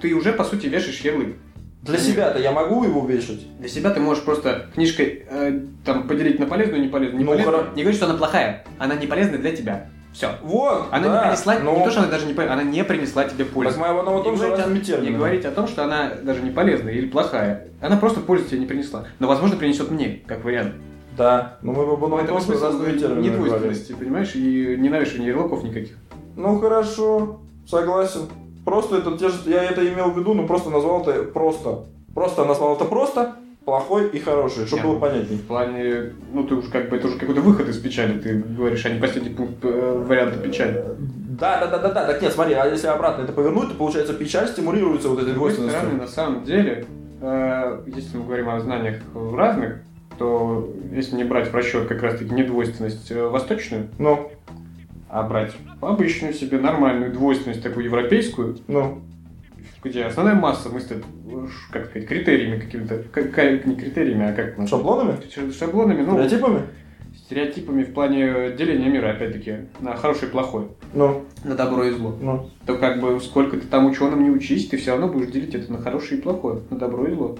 Speaker 2: ты уже, по сути, вешаешь ярлык.
Speaker 1: Для себя-то я могу его вешать.
Speaker 2: Для себя ты можешь просто книжкой э, там поделить на полезную, не полезную, не
Speaker 1: Ну,
Speaker 2: полезную.
Speaker 1: хоро-
Speaker 2: Не говори, что она плохая. Она не полезна для тебя. Все.
Speaker 1: Вот,
Speaker 2: Она
Speaker 1: да,
Speaker 2: А
Speaker 1: ну. но-
Speaker 2: ну, не принесла, не то, что она даже не полезна, она не принесла тебе пользы.
Speaker 1: Так мы об одном и
Speaker 2: Не
Speaker 1: том же
Speaker 2: говорить о-
Speaker 1: разными
Speaker 2: Не
Speaker 1: терминами.
Speaker 2: говорить о том, что она даже не полезная или плохая. Она просто пользу тебе не принесла. Но, возможно, принесет мне, как вариант.
Speaker 1: Да, но мы об одном и том
Speaker 2: Поэтому
Speaker 1: же
Speaker 2: смысл
Speaker 1: разными терминами говорим.
Speaker 2: недвойственности, понимаешь, и ненавешивания ярлыков никаких.
Speaker 1: Ну хорошо, согласен. Просто это те же, я это имел в виду, но просто назвал это просто. Просто назвал это просто, плохой и хороший, чтобы
Speaker 2: Я-
Speaker 1: было понятней.
Speaker 2: В плане, ну ты уже как бы, это уже какой-то выход из печали, ты говоришь, а не последний пункт э, варианта печали.
Speaker 1: Да, да, да, да, да. Так нет, смотри, а если обратно это повернуть, то получается печаль стимулируется вот этой
Speaker 2: С другой стороны,
Speaker 1: двойственностью.
Speaker 2: на самом деле, э, если мы говорим о знаниях разных, то если не брать в расчет как раз-таки недвойственность э, восточную,
Speaker 1: Ну,
Speaker 2: а брать обычную себе нормальную двойственность, такую европейскую,
Speaker 1: ну,
Speaker 2: где основная масса мыслит, э, ш- как сказать, критериями какими-то, к- к- не критериями, а как ну,
Speaker 1: шаблонами?
Speaker 2: ш- шаблонами, ну,
Speaker 1: Стереотипами?
Speaker 2: стереотипами в плане деления мира, опять-таки, на хороший и плохой,
Speaker 1: Ну,
Speaker 2: на добро и зло.
Speaker 1: ну.
Speaker 2: То как бы сколько ты там ученым не учись, ты все равно будешь делить это на хорошее и плохое, на добро и зло.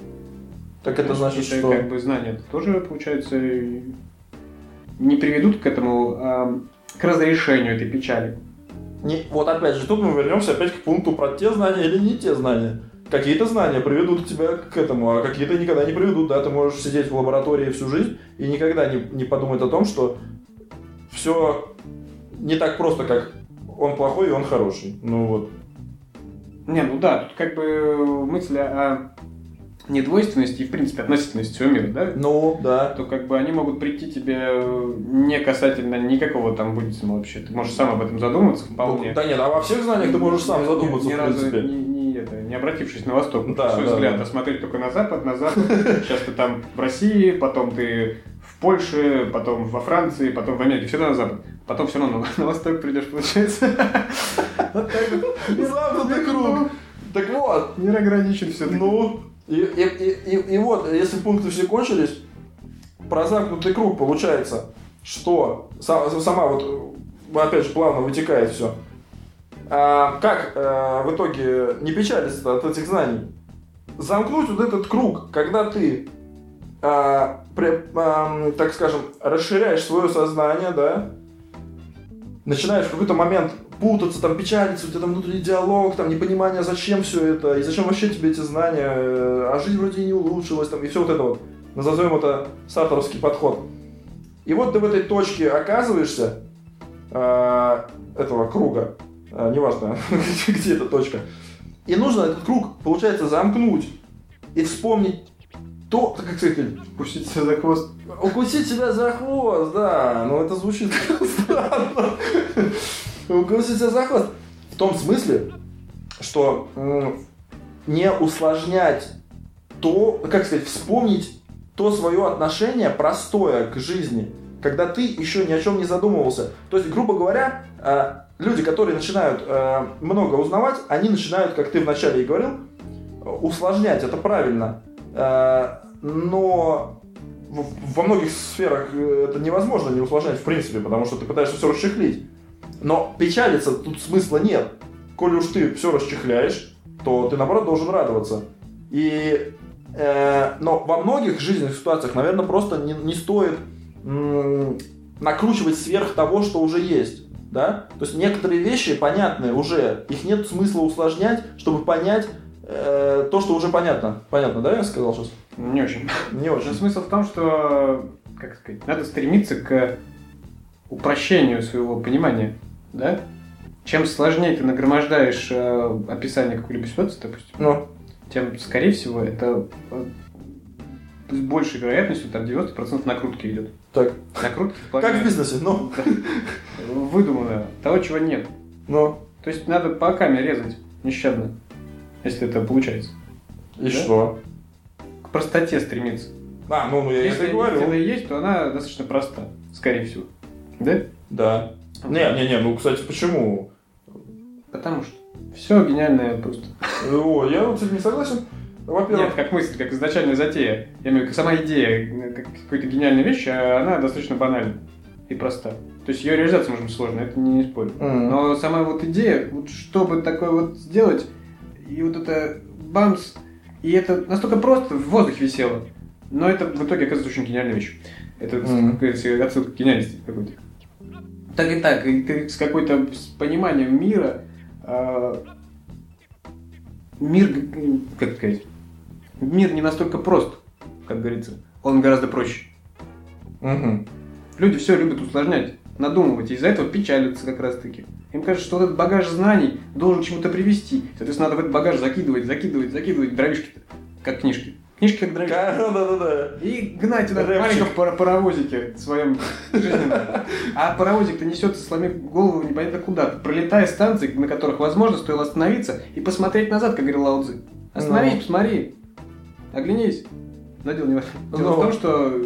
Speaker 1: Так это значит,
Speaker 2: Если
Speaker 1: что...
Speaker 2: как бы знания это тоже, получается, и не приведут к этому, ам, к разрешению этой печали.
Speaker 1: Не- вот опять же, тут мы вернемся опять к пункту про те знания или не те знания. Какие-то знания приведут тебя к этому, а какие-то никогда не приведут. Да, ты можешь сидеть в лаборатории всю жизнь и никогда не, не подумать о том, что все не так просто, как он плохой и он хороший. Ну вот.
Speaker 2: Не, ну да, тут как бы мысли о недвойственности и, в принципе, относительности всего мира, да?
Speaker 1: Ну, да.
Speaker 2: то как бы они могут прийти тебе э, не касательно никакого там буддизма вообще. Ты можешь сам об этом задуматься вполне.
Speaker 1: Да нет, а во всех знаниях ты можешь сам
Speaker 2: Ни-
Speaker 1: задуматься,
Speaker 2: ни
Speaker 1: в
Speaker 2: разу
Speaker 1: принципе.
Speaker 2: не- не это, не обратившись на восток,
Speaker 1: Да,
Speaker 2: свой
Speaker 1: да,
Speaker 2: взгляд,
Speaker 1: да.
Speaker 2: а смотреть только на запад, на запад. Сейчас ты там в России, потом ты в Польше, потом во Франции, потом в Америке, всегда на запад. Потом все равно на восток придешь, получается. Вот так вот.
Speaker 1: Замкнутый Ну, круг. Так вот,
Speaker 2: Мир ограничен все
Speaker 1: Ну, и, и, и, и- и вот, если пункты все кончились, про замкнутый круг получается, что са- сама, вот, э, опять же, плавно вытекает все. как э, в итоге не печалиться от этих знаний? Замкнуть вот этот круг, когда ты, а, при- ам, так скажем, расширяешь свое сознание, да, начинаешь в какой-то момент путаться, там печалиться, у тебя там внутренний диалог, там непонимание, зачем все это, и зачем вообще тебе эти знания, э, а жизнь вроде и не улучшилась, там, и все вот это вот. Назовем это саторовский подход. И вот ты в этой точке оказываешься, э, этого круга, э, неважно, где эта точка, и нужно этот круг, получается, замкнуть и вспомнить то, как сказать,
Speaker 2: Пустить себя за хвост.
Speaker 1: Укусить себя за хвост, да. Но это звучит странно. Укусить себя за хвост. В том смысле, что м, не усложнять то, как сказать, вспомнить то свое отношение простое к жизни, когда ты еще ни о чем не задумывался. То есть, грубо говоря, э, люди, которые начинают э, много узнавать, они начинают, как ты вначале и говорил, э, усложнять, это правильно. Э, но в- Ну, во многих сферах э, это невозможно не усложнять в принципе, потому что ты пытаешься все расчехлить. Но печалиться тут смысла нет. Коли уж ты все расчехляешь, то ты наоборот должен радоваться. И, э, но во многих жизненных ситуациях, наверное, просто не, не стоит м, накручивать сверх того, что уже есть. Да? То есть некоторые вещи понятны уже, их нет смысла усложнять, чтобы понять э, то, что уже понятно. Понятно, да, я сказал сейчас?
Speaker 2: Не очень.
Speaker 1: Не
Speaker 2: Но
Speaker 1: очень.
Speaker 2: смысл в том, что, как сказать, надо стремиться к упрощению своего понимания, да? Чем сложнее ты нагромождаешь э, описание какой-либо ситуации, допустим,
Speaker 1: Ну,
Speaker 2: тем, скорее всего, это э, с большей вероятностью, там 90% накрутки идет.
Speaker 1: Так.
Speaker 2: Накрутки в плане-
Speaker 1: Как в бизнесе, ну,
Speaker 2: Да. Выдуманного, того, чего нет.
Speaker 1: ну.
Speaker 2: То есть надо по каме резать нещадно, если это получается.
Speaker 1: И
Speaker 2: Да?
Speaker 1: что?
Speaker 2: К простоте стремиться.
Speaker 1: А, ну, ну я это
Speaker 2: если
Speaker 1: и
Speaker 2: она
Speaker 1: говорил.
Speaker 2: и есть, то она достаточно проста, скорее всего. Да?
Speaker 1: Да. Не, не, не, ну, кстати, почему?
Speaker 2: Потому что все гениальное просто.
Speaker 1: О, я вот с этим не согласен.
Speaker 2: Нет,
Speaker 1: Во-первых,
Speaker 2: как мысль, как изначальная затея. Я имею в виду, сама идея э, как какой-то гениальной вещи, а она достаточно банальна и проста. То есть ее реализация может быть сложной, это не, не спорю.
Speaker 1: м,
Speaker 2: Но сама вот идея, вот чтобы такое вот сделать, и вот это бамс, и это настолько просто в воздухе висело. Но это в итоге оказывается очень гениальной вещью. Это
Speaker 1: Мгм.
Speaker 2: как говорится, отсылка к гениальности какой-то. Так и так, и ты с какой-то с пониманием мира, э, мир, г- как сказать, мир не настолько прост, как говорится. Он гораздо проще.
Speaker 1: мгм.
Speaker 2: Люди все любят усложнять, надумывать, и из-за этого печалятся как раз-таки. Им кажется, что вот этот багаж знаний должен к чему-то привести. Соответственно, надо в этот багаж закидывать, закидывать, закидывать дровишки как книжки. Книжки как дровишки.
Speaker 1: Ка- Да-да-да.
Speaker 2: И гнать этот
Speaker 1: Рэпчик.
Speaker 2: маленького пара- паровозике своем жизненном. А паровозик-то несется, сломив голову непонятно куда, пролетая станции, на которых, возможно, стоило остановиться и посмотреть назад, как говорил Лао Цзы. Остановись,
Speaker 1: Ну.
Speaker 2: посмотри, оглянись. Но дело не в этом. Дело
Speaker 1: Ну.
Speaker 2: в том, что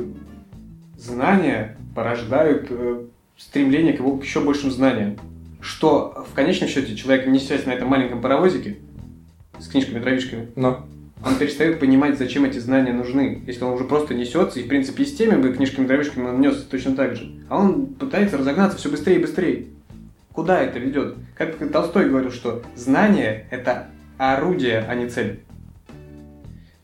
Speaker 2: знания порождают э, стремление к его к еще большим знаниям. Что в конечном счете человек, несясь на этом маленьком паровозике с книжками-дровишками,
Speaker 1: Ну,
Speaker 2: он перестает понимать, зачем эти знания нужны, если он уже просто несется, и, в принципе, и с теми бы книжками-дровишками он несся точно так же. А он пытается разогнаться все быстрее и быстрее. Куда это ведет? Как Толстой говорил, что знание – это орудие, а не цель.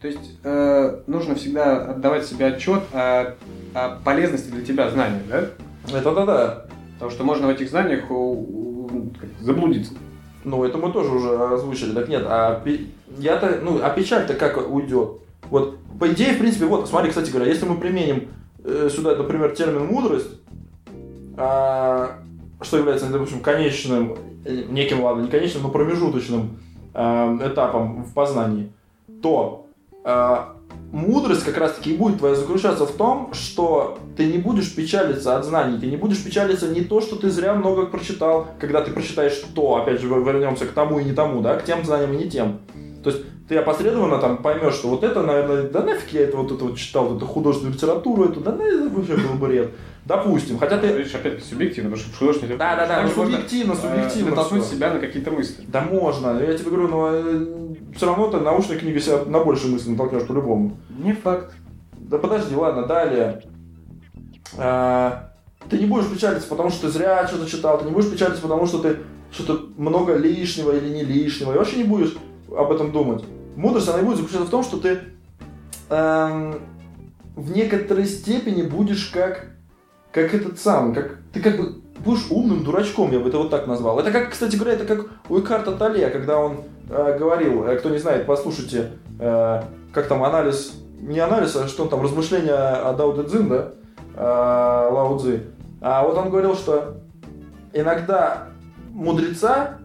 Speaker 2: То есть э, нужно всегда отдавать себе отчет о, о полезности для тебя знания, да?
Speaker 1: это да-да.
Speaker 2: Потому что можно в этих знаниях у- у- как, заблудиться.
Speaker 1: Ну, это мы тоже уже озвучили. Так нет, а пе- я-то, ну, а печаль-то как уйдет? Вот, по идее, в принципе, вот, смотри, кстати говоря, если мы применим э, сюда, например, термин мудрость, а, что является, ну, в общем, конечным, э, неким, ладно, не конечным, но промежуточным э, этапом в познании, то э, мудрость как раз-таки и будет твоя заключаться в том, что ты не будешь печалиться от знаний, ты не будешь печалиться не то, что ты зря много прочитал, когда ты прочитаешь то, опять же, вернемся к тому и не тому, да, к тем знаниям и не тем. То есть ты опосредованно там поймешь, что вот это, наверное, да нафиг я это вот это вот читал, вот эту художественную литературу, это да нафиг это вообще был бред. Допустим, хотя ты...
Speaker 2: Видишь, опять субъективно, потому что художник...
Speaker 1: Да, да, да, ну, А,
Speaker 2: Также можно,
Speaker 1: субъективно,
Speaker 2: э,
Speaker 1: субъективно.
Speaker 2: натолкнуть
Speaker 1: всё.
Speaker 2: себя на какие-то мысли.
Speaker 1: Да можно, я тебе говорю, но все равно ты научной книгой себя на больше мысли натолкнешь по-любому.
Speaker 2: Не факт.
Speaker 1: Да подожди, ладно, далее. А, ты не будешь печалиться, потому что ты зря что-то читал, ты не будешь печалиться, потому что ты что-то много лишнего или не лишнего, и вообще не будешь об этом думать. Мудрость, она и будет заключаться в том, что ты эм, в некоторой степени будешь как, как этот самый, как ты как бы будешь умным дурачком, я бы это вот так назвал. Это как, кстати говоря, это как у Икарта Тале, когда он э, говорил, э, кто не знает, послушайте, э, как там анализ, не анализ, а что он там, размышления о Дао Дэ Цзин, да, э, Лао Цзи. А вот он говорил, что иногда мудреца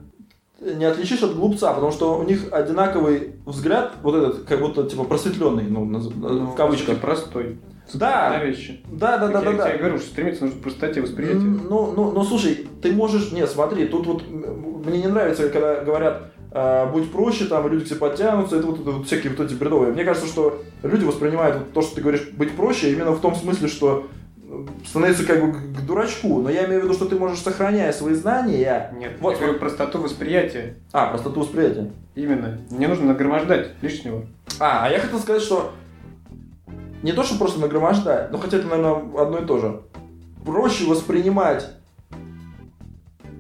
Speaker 1: не отличишь от глупца, потому что у них одинаковый взгляд, вот этот, как будто типа просветленный, ну, наз- в кавычках.
Speaker 2: Простой.
Speaker 1: Да.
Speaker 2: На вещи.
Speaker 1: Да, да, да,
Speaker 2: Так я,
Speaker 1: да, да.
Speaker 2: Я говорю, что стремиться нужно к простоте восприятия.
Speaker 1: М, Ну, ну, ну, слушай, ты можешь... Нет, смотри, тут вот м, мне не нравится, когда говорят, э, будь проще, там, люди к тебе подтянутся, это вот, это вот всякие вот эти бредовые. Мне кажется, что люди воспринимают вот то, что ты говоришь, быть проще, именно в том смысле, что э, становится как бы к к дурачку. Но я имею в виду, что ты можешь, сохраняя свои знания...
Speaker 2: Нет,
Speaker 1: Вот.
Speaker 2: я говорю простоту восприятия.
Speaker 1: А, простоту восприятия.
Speaker 2: Именно. Не нужно нагромождать лишнего.
Speaker 1: А, а я хотел сказать, что не то, что просто нагромождать, но хотя это, наверное, одно и то же. Проще воспринимать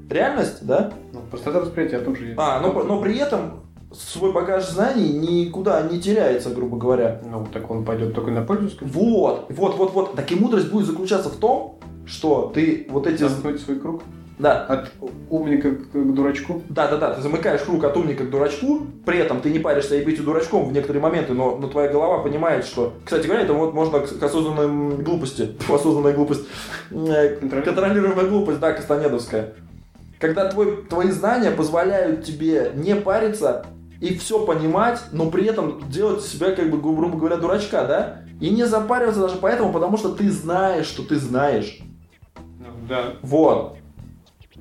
Speaker 1: реальность, да?
Speaker 2: Ну, простота восприятия о том же.
Speaker 1: А, но, п- но при этом свой багаж знаний никуда не теряется, грубо говоря.
Speaker 2: Ну, так он пойдет только на пользу, скажем.
Speaker 1: Вот, вот, вот, вот. Так и мудрость будет заключаться в том, что ты вот эти...
Speaker 2: Замкнуть свой круг.
Speaker 1: Да,
Speaker 2: От умника к, к дурачку.
Speaker 1: Да, да, да, ты замыкаешь круг от умника к дурачку, при этом ты не паришься и быть и дурачком в некоторые моменты, но, но твоя голова понимает, что... Кстати говоря, это вот можно к, к осознанной глупости, Фу, осознанная глупость, Э,
Speaker 2: Контроль.
Speaker 1: контролируемая глупость, да, Кастанедовская. Когда твой, твои знания позволяют тебе не париться и все понимать, но при этом делать себя, как бы, грубо говоря, дурачка, да? И не запариваться даже поэтому, потому что ты знаешь, что ты знаешь.
Speaker 2: Ну, да.
Speaker 1: Вот.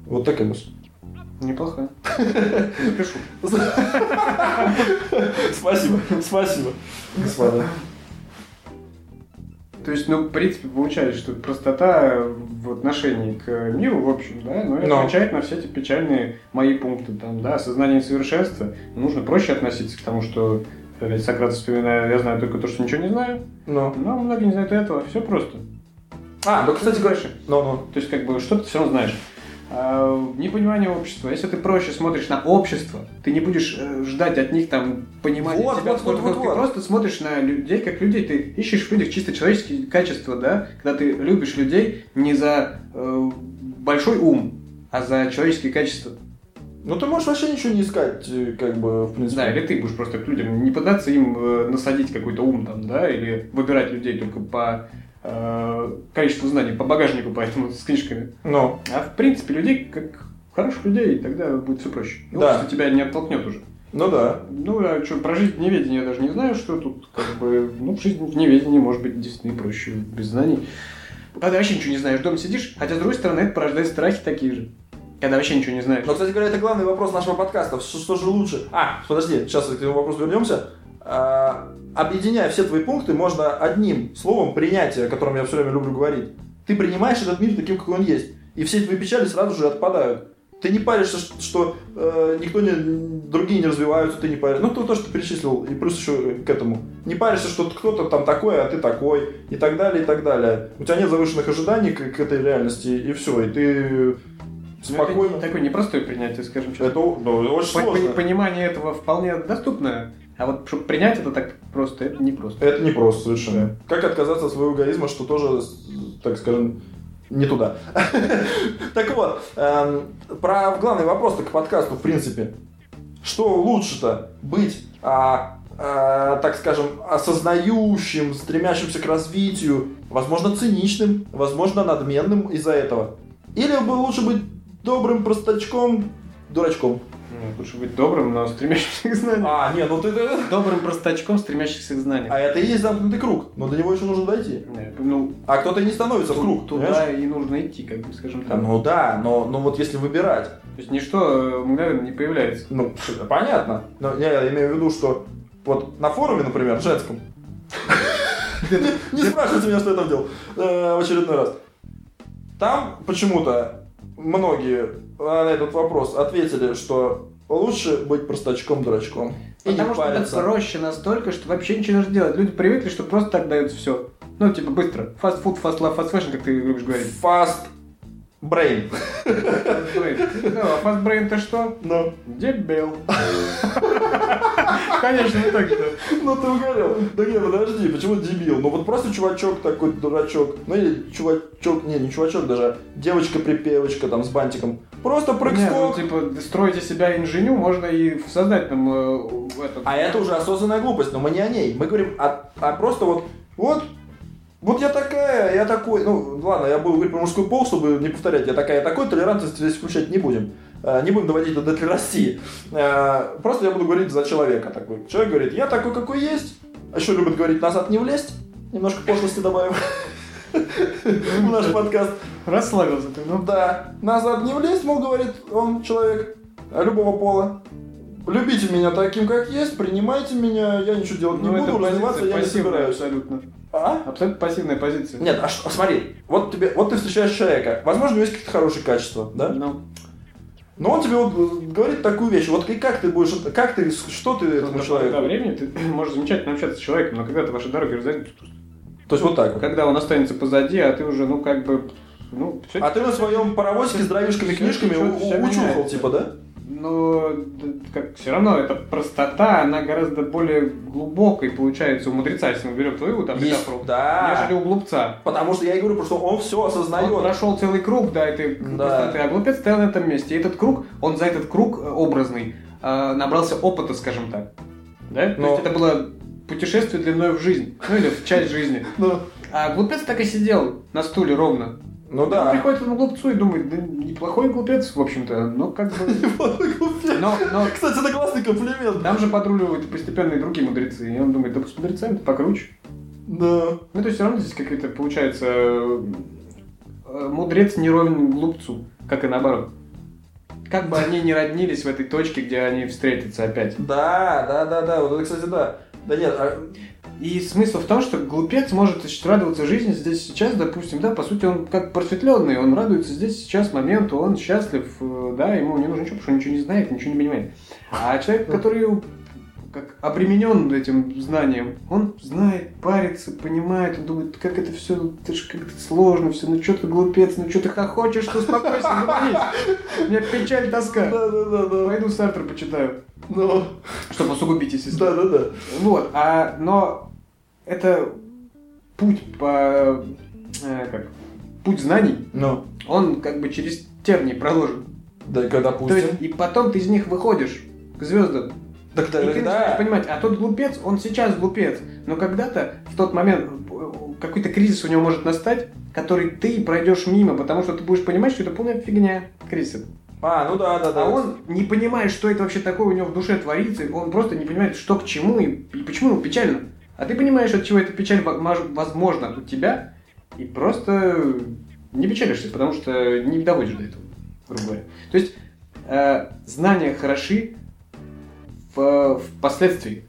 Speaker 1: Вот такая мысль.
Speaker 2: Неплохо. Запишу.
Speaker 1: Спасибо, спасибо, господа.
Speaker 2: То есть, ну, в принципе, получается, что простота э, в отношении к миру, в общем, да, ну, и
Speaker 1: Но.
Speaker 2: отвечает на все эти печальные мои пункты, там, да, осознание несовершенства. Нужно проще относиться к тому, что опять Сократ вспоминаю, я знаю только то, что ничего не знаю,
Speaker 1: Ну.
Speaker 2: но многие не знают этого, все просто.
Speaker 1: А, ну, кстати, говоря,
Speaker 2: дальше.
Speaker 1: ну, ну.
Speaker 2: То есть, как бы, что ты все равно знаешь. А, непонимание общества. Если ты проще смотришь на общество, ты не будешь э, ждать от них там понимания
Speaker 1: Вот,
Speaker 2: тебя,
Speaker 1: вот,
Speaker 2: сколько-
Speaker 1: вот, вот,
Speaker 2: ты
Speaker 1: вот.
Speaker 2: просто смотришь на людей как людей, ты ищешь в людях чисто человеческие качества, да, когда ты любишь людей не за э, большой ум, а за человеческие качества.
Speaker 1: Ну, ты можешь вообще ничего не искать, э, как бы, в принципе.
Speaker 2: Да, или ты будешь просто к людям не пытаться им э, насадить какой-то ум там, да, или выбирать людей только по э, количеству знаний, по багажнику, поэтому с книжками.
Speaker 1: Ну,
Speaker 2: А в принципе, людей, как хороших людей, тогда будет все проще. И
Speaker 1: Да.
Speaker 2: общество тебя не оттолкнет уже.
Speaker 1: ну да.
Speaker 2: Ну, а что, про жизнь в неведении я даже не знаю, что тут, как бы, ну, жизнь в неведении может быть действительно и проще, без знаний. Когда вообще ничего не знаешь, дома сидишь, хотя, с другой стороны, это порождает страхи такие же. Когда вообще ничего не знаешь.
Speaker 1: Э, Но, кстати говоря, это главный вопрос нашего подкаста. Что, что же лучше? А, подожди, сейчас к этому вопросу вернемся. А, объединяя все твои пункты, можно одним словом принятие, о котором я все время люблю говорить. Ты принимаешь этот мир таким, какой он есть. И все твои печали сразу же отпадают. Ты не паришься, ш- что э, никто не, другие не развиваются, ты не паришься. Ну, то, то, что ты перечислил, и плюс еще к этому. Не паришься, что кто-то там такой, а ты такой, и так далее, и так далее. У тебя нет завышенных ожиданий к, к этой реальности, и все. И ты
Speaker 2: Ну, это
Speaker 1: спокойно...
Speaker 2: такое непростое принятие, скажем честно.
Speaker 1: Это ну, очень
Speaker 2: По-
Speaker 1: сложно.
Speaker 2: по- Понимание этого вполне доступно, а вот чтобы принять это так просто, это непросто.
Speaker 1: Это не просто совершенно. Как отказаться от своего эгоизма, что тоже, с- так скажем, не туда. Так вот, эм, про главный вопрос к подкасту, в принципе. Что лучше-то быть, а, а, так скажем, осознающим, стремящимся к развитию, возможно, циничным, возможно, надменным из-за этого? Или бы лучше быть добрым простачком, дурачком.
Speaker 2: Нет, Ну, лучше быть добрым, но стремящимся к знаниям.
Speaker 1: А, не, ну ты... ты-
Speaker 2: Добрым простачком, стремящимся к знаниям.
Speaker 1: А это и есть замкнутый круг, но до него еще нужно дойти.
Speaker 2: Не, Ну,
Speaker 1: А кто-то не становится в круг,
Speaker 2: ту- туда и нужно идти, как бы, скажем
Speaker 1: понимаешь?
Speaker 2: так.
Speaker 1: Ну да, но, но вот если выбирать,
Speaker 2: То есть ничто э, мгновенно не появляется.
Speaker 1: ну, понятно. Но я имею в виду, что вот на форуме, например, женском, не спрашивайте меня, что я там делал э, в очередной раз. Там почему-то многие на этот вопрос ответили, что лучше быть простачком-дурачком. И не
Speaker 2: Потому что это
Speaker 1: париться.
Speaker 2: проще настолько, что вообще ничего не нужно делать. Люди привыкли, что просто так дается все. Ну, типа, быстро. Фастфуд, фастлав, фастфэшн, как ты любишь говорить.
Speaker 1: Fast brain.
Speaker 2: Фастбрейн. Ну, а фастбрейн-то что?
Speaker 1: Ну,
Speaker 2: Дебил. Конечно, так же.
Speaker 1: ну ты угорел. Да не, подожди, почему дебил? Ну вот просто чувачок такой, дурачок. Ну или чувачок, не, не чувачок даже, а девочка-припевочка там с бантиком. Просто
Speaker 2: Не, ну,
Speaker 1: прыг-скок.
Speaker 2: типа, строите себя инженю можно и в сознательном э, этом.
Speaker 1: А это уже осознанная глупость, но мы не о ней. Мы говорим о, о просто вот, вот, вот я такая, я такой, ну ладно, я буду говорить про мужской пол, чтобы не повторять, я такая, я такой, толерантность здесь включать не будем. Э, Не будем доводить до России. Э, Просто я буду говорить за человека такой. Человек говорит, я такой, какой есть. А еще любит говорить, назад не влезть. Немножко пошлости добавим в наш подкаст.
Speaker 2: Расслабился ты, ну.
Speaker 1: Да, назад не влезть, мол, говорит он человек э, любого пола. Любите меня таким, как есть, принимайте меня, я ничего делать не
Speaker 2: Ну, это
Speaker 1: буду, развиваться
Speaker 2: позиция
Speaker 1: я не
Speaker 2: пассивная
Speaker 1: собираюсь.
Speaker 2: абсолютно.
Speaker 1: А?
Speaker 2: Абсолютно пассивная позиция.
Speaker 1: Нет, а ш- смотри, вот тебе, вот ты встречаешь человека, возможно, у него есть какие-то хорошие качества, да?
Speaker 2: Ну,
Speaker 1: Но он тебе вот э, говорит такую вещь, вот и как ты будешь, это- как ты, что ты этому
Speaker 2: до
Speaker 1: человеку?
Speaker 2: времени ты можешь замечательно общаться с человеком, но когда-то ваши дороги разойдутся.
Speaker 1: А То есть вот так вот.
Speaker 2: Когда он останется позади, а ты уже, ну, как бы, ну, все.
Speaker 1: А ты на своем паровозике с дровишками
Speaker 2: всё-
Speaker 1: книжками
Speaker 2: всё-
Speaker 1: у-
Speaker 2: всё
Speaker 1: у- учухал,
Speaker 2: меняется.
Speaker 1: типа, да?
Speaker 2: Но ну, д- как, все равно эта простота, она гораздо более глубокой получается у мудреца, если мы берем твою там
Speaker 1: Есть- А.
Speaker 2: метафору, нежели
Speaker 1: Да.
Speaker 2: у глупца.
Speaker 1: Потому что я и говорю, потому что он все
Speaker 2: Он
Speaker 1: осознает.
Speaker 2: прошел целый круг, да, этой
Speaker 1: Да.
Speaker 2: простоты, а глупец стоял на этом месте. И этот круг, он за этот круг э, образный э, набрался опыта, скажем так. Да?
Speaker 1: Но-
Speaker 2: То есть это было путешествие длиной в жизнь, ну или в часть жизни.
Speaker 1: Ну,
Speaker 2: А глупец так и сидел на стуле ровно.
Speaker 1: ну
Speaker 2: Он
Speaker 1: да.
Speaker 2: приходит к этому глупцу и думает, да неплохой глупец, в общем-то, но как бы... Но, но
Speaker 1: Кстати, это классный комплимент.
Speaker 2: там же подруливают постепенно и другие мудрецы, и он думает, да с мудрецами то покруче.
Speaker 1: Да.
Speaker 2: Ну, то есть все равно здесь какие-то, получается, э, э, мудрец не ровен глупцу, как и наоборот. Как бы они не роднились в этой точке, где они встретятся опять.
Speaker 1: Да, да, да, да. Вот это, кстати, да. Да нет, а-
Speaker 2: И смысл в том, что глупец может значит, радоваться жизни здесь сейчас, допустим, да, по сути, он как просветленный, он радуется здесь сейчас моменту, он счастлив, э, да, ему не нужно ничего, потому что он ничего не знает, ничего не понимает. А человек, который как обременен этим знанием, он знает, парится, понимает, он думает, как это все, это же как-то сложно все, ну что ты глупец, ну что ты хохочешь, что успокойся, говори. У меня печаль, тоска.
Speaker 1: да, да, да, да.
Speaker 2: Пойду Сартра почитаю,
Speaker 1: Ну,
Speaker 2: чтобы усугубить, если
Speaker 1: да, да, да.
Speaker 2: вот, а, но это путь по... э, как? Путь знаний,
Speaker 1: Ну,
Speaker 2: он как бы через тернии проложен.
Speaker 1: да, когда
Speaker 2: То
Speaker 1: допустим.
Speaker 2: есть, и потом ты из них выходишь к звездам.
Speaker 1: Так
Speaker 2: и ты начинаешь
Speaker 1: тогда.
Speaker 2: понимать, а тот глупец, он сейчас глупец, но когда-то, в тот момент, э, какой-то кризис у него может настать, который ты пройдешь мимо, потому что ты будешь понимать, что это полная фигня кризис.
Speaker 1: А, ну да, да, да.
Speaker 2: А он не понимает, что это вообще такое у него в душе творится, и он просто не понимает, что к чему и, и почему ему печально. А ты понимаешь, от чего эта печаль во- мож- возможна у тебя, и просто не печалишься, потому что не доводишь до этого, грубо говоря. То есть э, знания хороши в, впоследствии,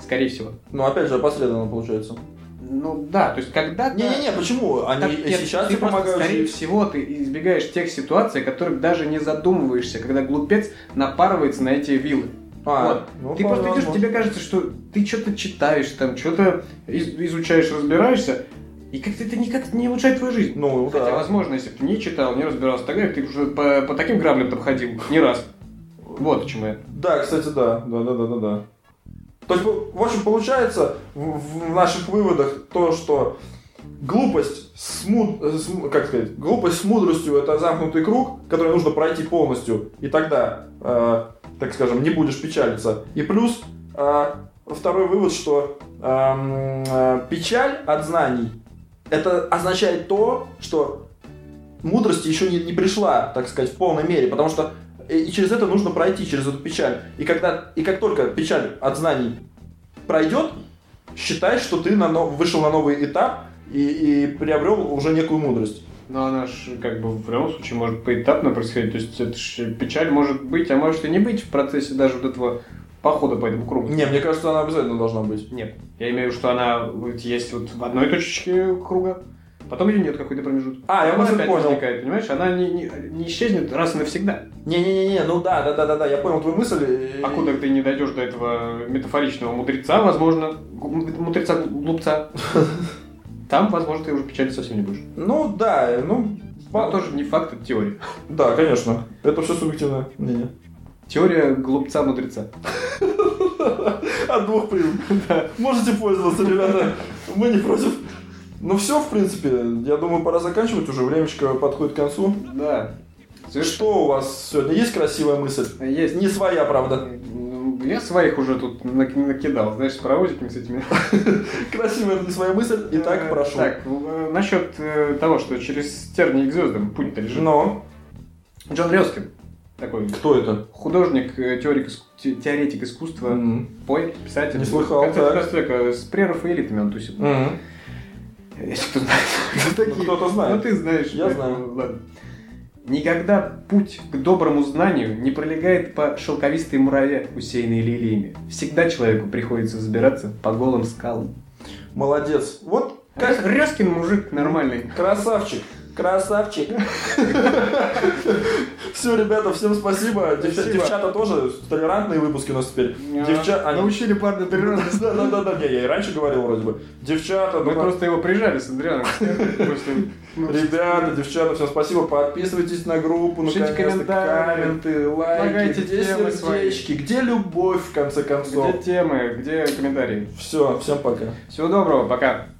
Speaker 2: скорее всего.
Speaker 1: Ну, опять же, опосредованно получается.
Speaker 2: Ну да, то есть когда
Speaker 1: Не-не-не, почему? Они и сейчас тебе помогают.
Speaker 2: Скорее
Speaker 1: жить.
Speaker 2: всего, ты избегаешь тех ситуаций, о которых даже не задумываешься, когда глупец напарывается на эти виллы.
Speaker 1: А,
Speaker 2: Вот.
Speaker 1: ну,
Speaker 2: ты просто
Speaker 1: возможно.
Speaker 2: идешь, тебе кажется, что ты что-то читаешь, там что-то из- изучаешь, разбираешься, и как-то это никак не улучшает твою жизнь.
Speaker 1: Ну,
Speaker 2: Хотя,
Speaker 1: да.
Speaker 2: возможно, если бы ты не читал, не разбирался, тогда ты уже по, по таким граблям там ходил не раз. Вот почему я.
Speaker 1: Да, кстати, да. Да, да, да, да, да. То есть, в общем, получается в, в наших выводах то, что глупость с, му- э, с му- как сказать, глупость с мудростью это замкнутый круг, который нужно пройти полностью, и тогда, э, так скажем, не будешь печалиться. И плюс э, второй вывод, что эм, э, печаль от знаний это означает то, что мудрость еще не, не пришла, так сказать, в полной мере, потому что и и через это нужно пройти, через эту печаль. И, когда, и как только печаль от знаний пройдет, считай, что ты на, но- вышел на новый этап и, и приобрел уже некую мудрость.
Speaker 2: Но она же Ну, а как бы в любом случае может поэтапно происходить. То есть это ж печаль может быть, а может и не быть в процессе даже вот этого похода по этому кругу.
Speaker 1: Не, мне кажется, она обязательно должна быть.
Speaker 2: Нет. Я имею в виду, что она вот есть вот в одной точечке круга, потом ее нет какой-то промежуток.
Speaker 1: А, я
Speaker 2: Она
Speaker 1: мысль
Speaker 2: опять
Speaker 1: понял.
Speaker 2: возникает, понимаешь? Она не, не- не исчезнет раз и навсегда.
Speaker 1: Не-не-не, ну да, да, да, да, да, я понял твою мысль.
Speaker 2: Покуда ты не дойдешь до этого метафоричного мудреца, возможно, гу- мудреца глупца, там, возможно, ты уже печали совсем не будешь.
Speaker 1: Ну да, ну.
Speaker 2: Но
Speaker 1: ба-
Speaker 2: А, тоже не факт, это теория.
Speaker 1: Да, конечно. Это все субъективное мнение.
Speaker 2: Теория глупца-мудреца.
Speaker 1: От двух прим. Можете пользоваться, ребята. Мы не против. Ну все, в принципе, я думаю, пора заканчивать уже. Времечко подходит к концу.
Speaker 2: Да. Совершенно.
Speaker 1: Что у вас сегодня? Есть красивая мысль?
Speaker 2: Есть.
Speaker 1: Не своя, правда.
Speaker 2: Ну, Я своих уже тут нак- накидал, знаешь, с паровозиками с этими.
Speaker 1: Красивая, но не своя мысль. Итак,
Speaker 2: Э,
Speaker 1: прошу.
Speaker 2: Так, э, насчет э, того, что через тернии к звездам путь-то лежит.
Speaker 1: Но
Speaker 2: Джон Рёскин, такой
Speaker 1: кто это?
Speaker 2: художник, э, теорик, иску- те- теоретик искусства,
Speaker 1: М.
Speaker 2: поэт, писатель.
Speaker 1: Не слыхал,
Speaker 2: В конце
Speaker 1: так.
Speaker 2: 19 века с преров-элитами он тусит.
Speaker 1: М.
Speaker 2: Если кто знает. кто
Speaker 1: Ну,
Speaker 2: такие.
Speaker 1: Кто-то
Speaker 2: ну, Ну
Speaker 1: знает.
Speaker 2: ты знаешь.
Speaker 1: Я
Speaker 2: поэтому
Speaker 1: знаю.
Speaker 2: Ладно. Никогда путь к доброму знанию не пролегает по шелковистой мураве, усеянной лилиями. Всегда человеку приходится взбираться по голым скалам.
Speaker 1: Молодец. Вот
Speaker 2: Как
Speaker 1: как
Speaker 2: Рёскин мужик нормальный.
Speaker 1: красавчик. Красавчик. Все, ребята, всем спасибо. Девча-
Speaker 2: Спасибо.
Speaker 1: Девчата тоже толерантные выпуски у нас теперь. Девча...
Speaker 2: А,
Speaker 1: они-
Speaker 2: Научили парня перерос.
Speaker 1: Да, да, да, да, не, я и раньше говорил вроде бы. Девчата,
Speaker 2: Мы
Speaker 1: ну,
Speaker 2: просто его прижали с Андрианом. Просто, ну,
Speaker 1: Ребята, девчата, всем спасибо. Подписывайтесь на группу,
Speaker 2: Пишите
Speaker 1: наконец-то.
Speaker 2: комментарии,
Speaker 1: комменты, лайки,
Speaker 2: предлагайте
Speaker 1: где
Speaker 2: темы свои.
Speaker 1: сердечки, где любовь, в конце концов.
Speaker 2: Где темы, где комментарии?
Speaker 1: Все, всем пока.
Speaker 2: Всего доброго, пока.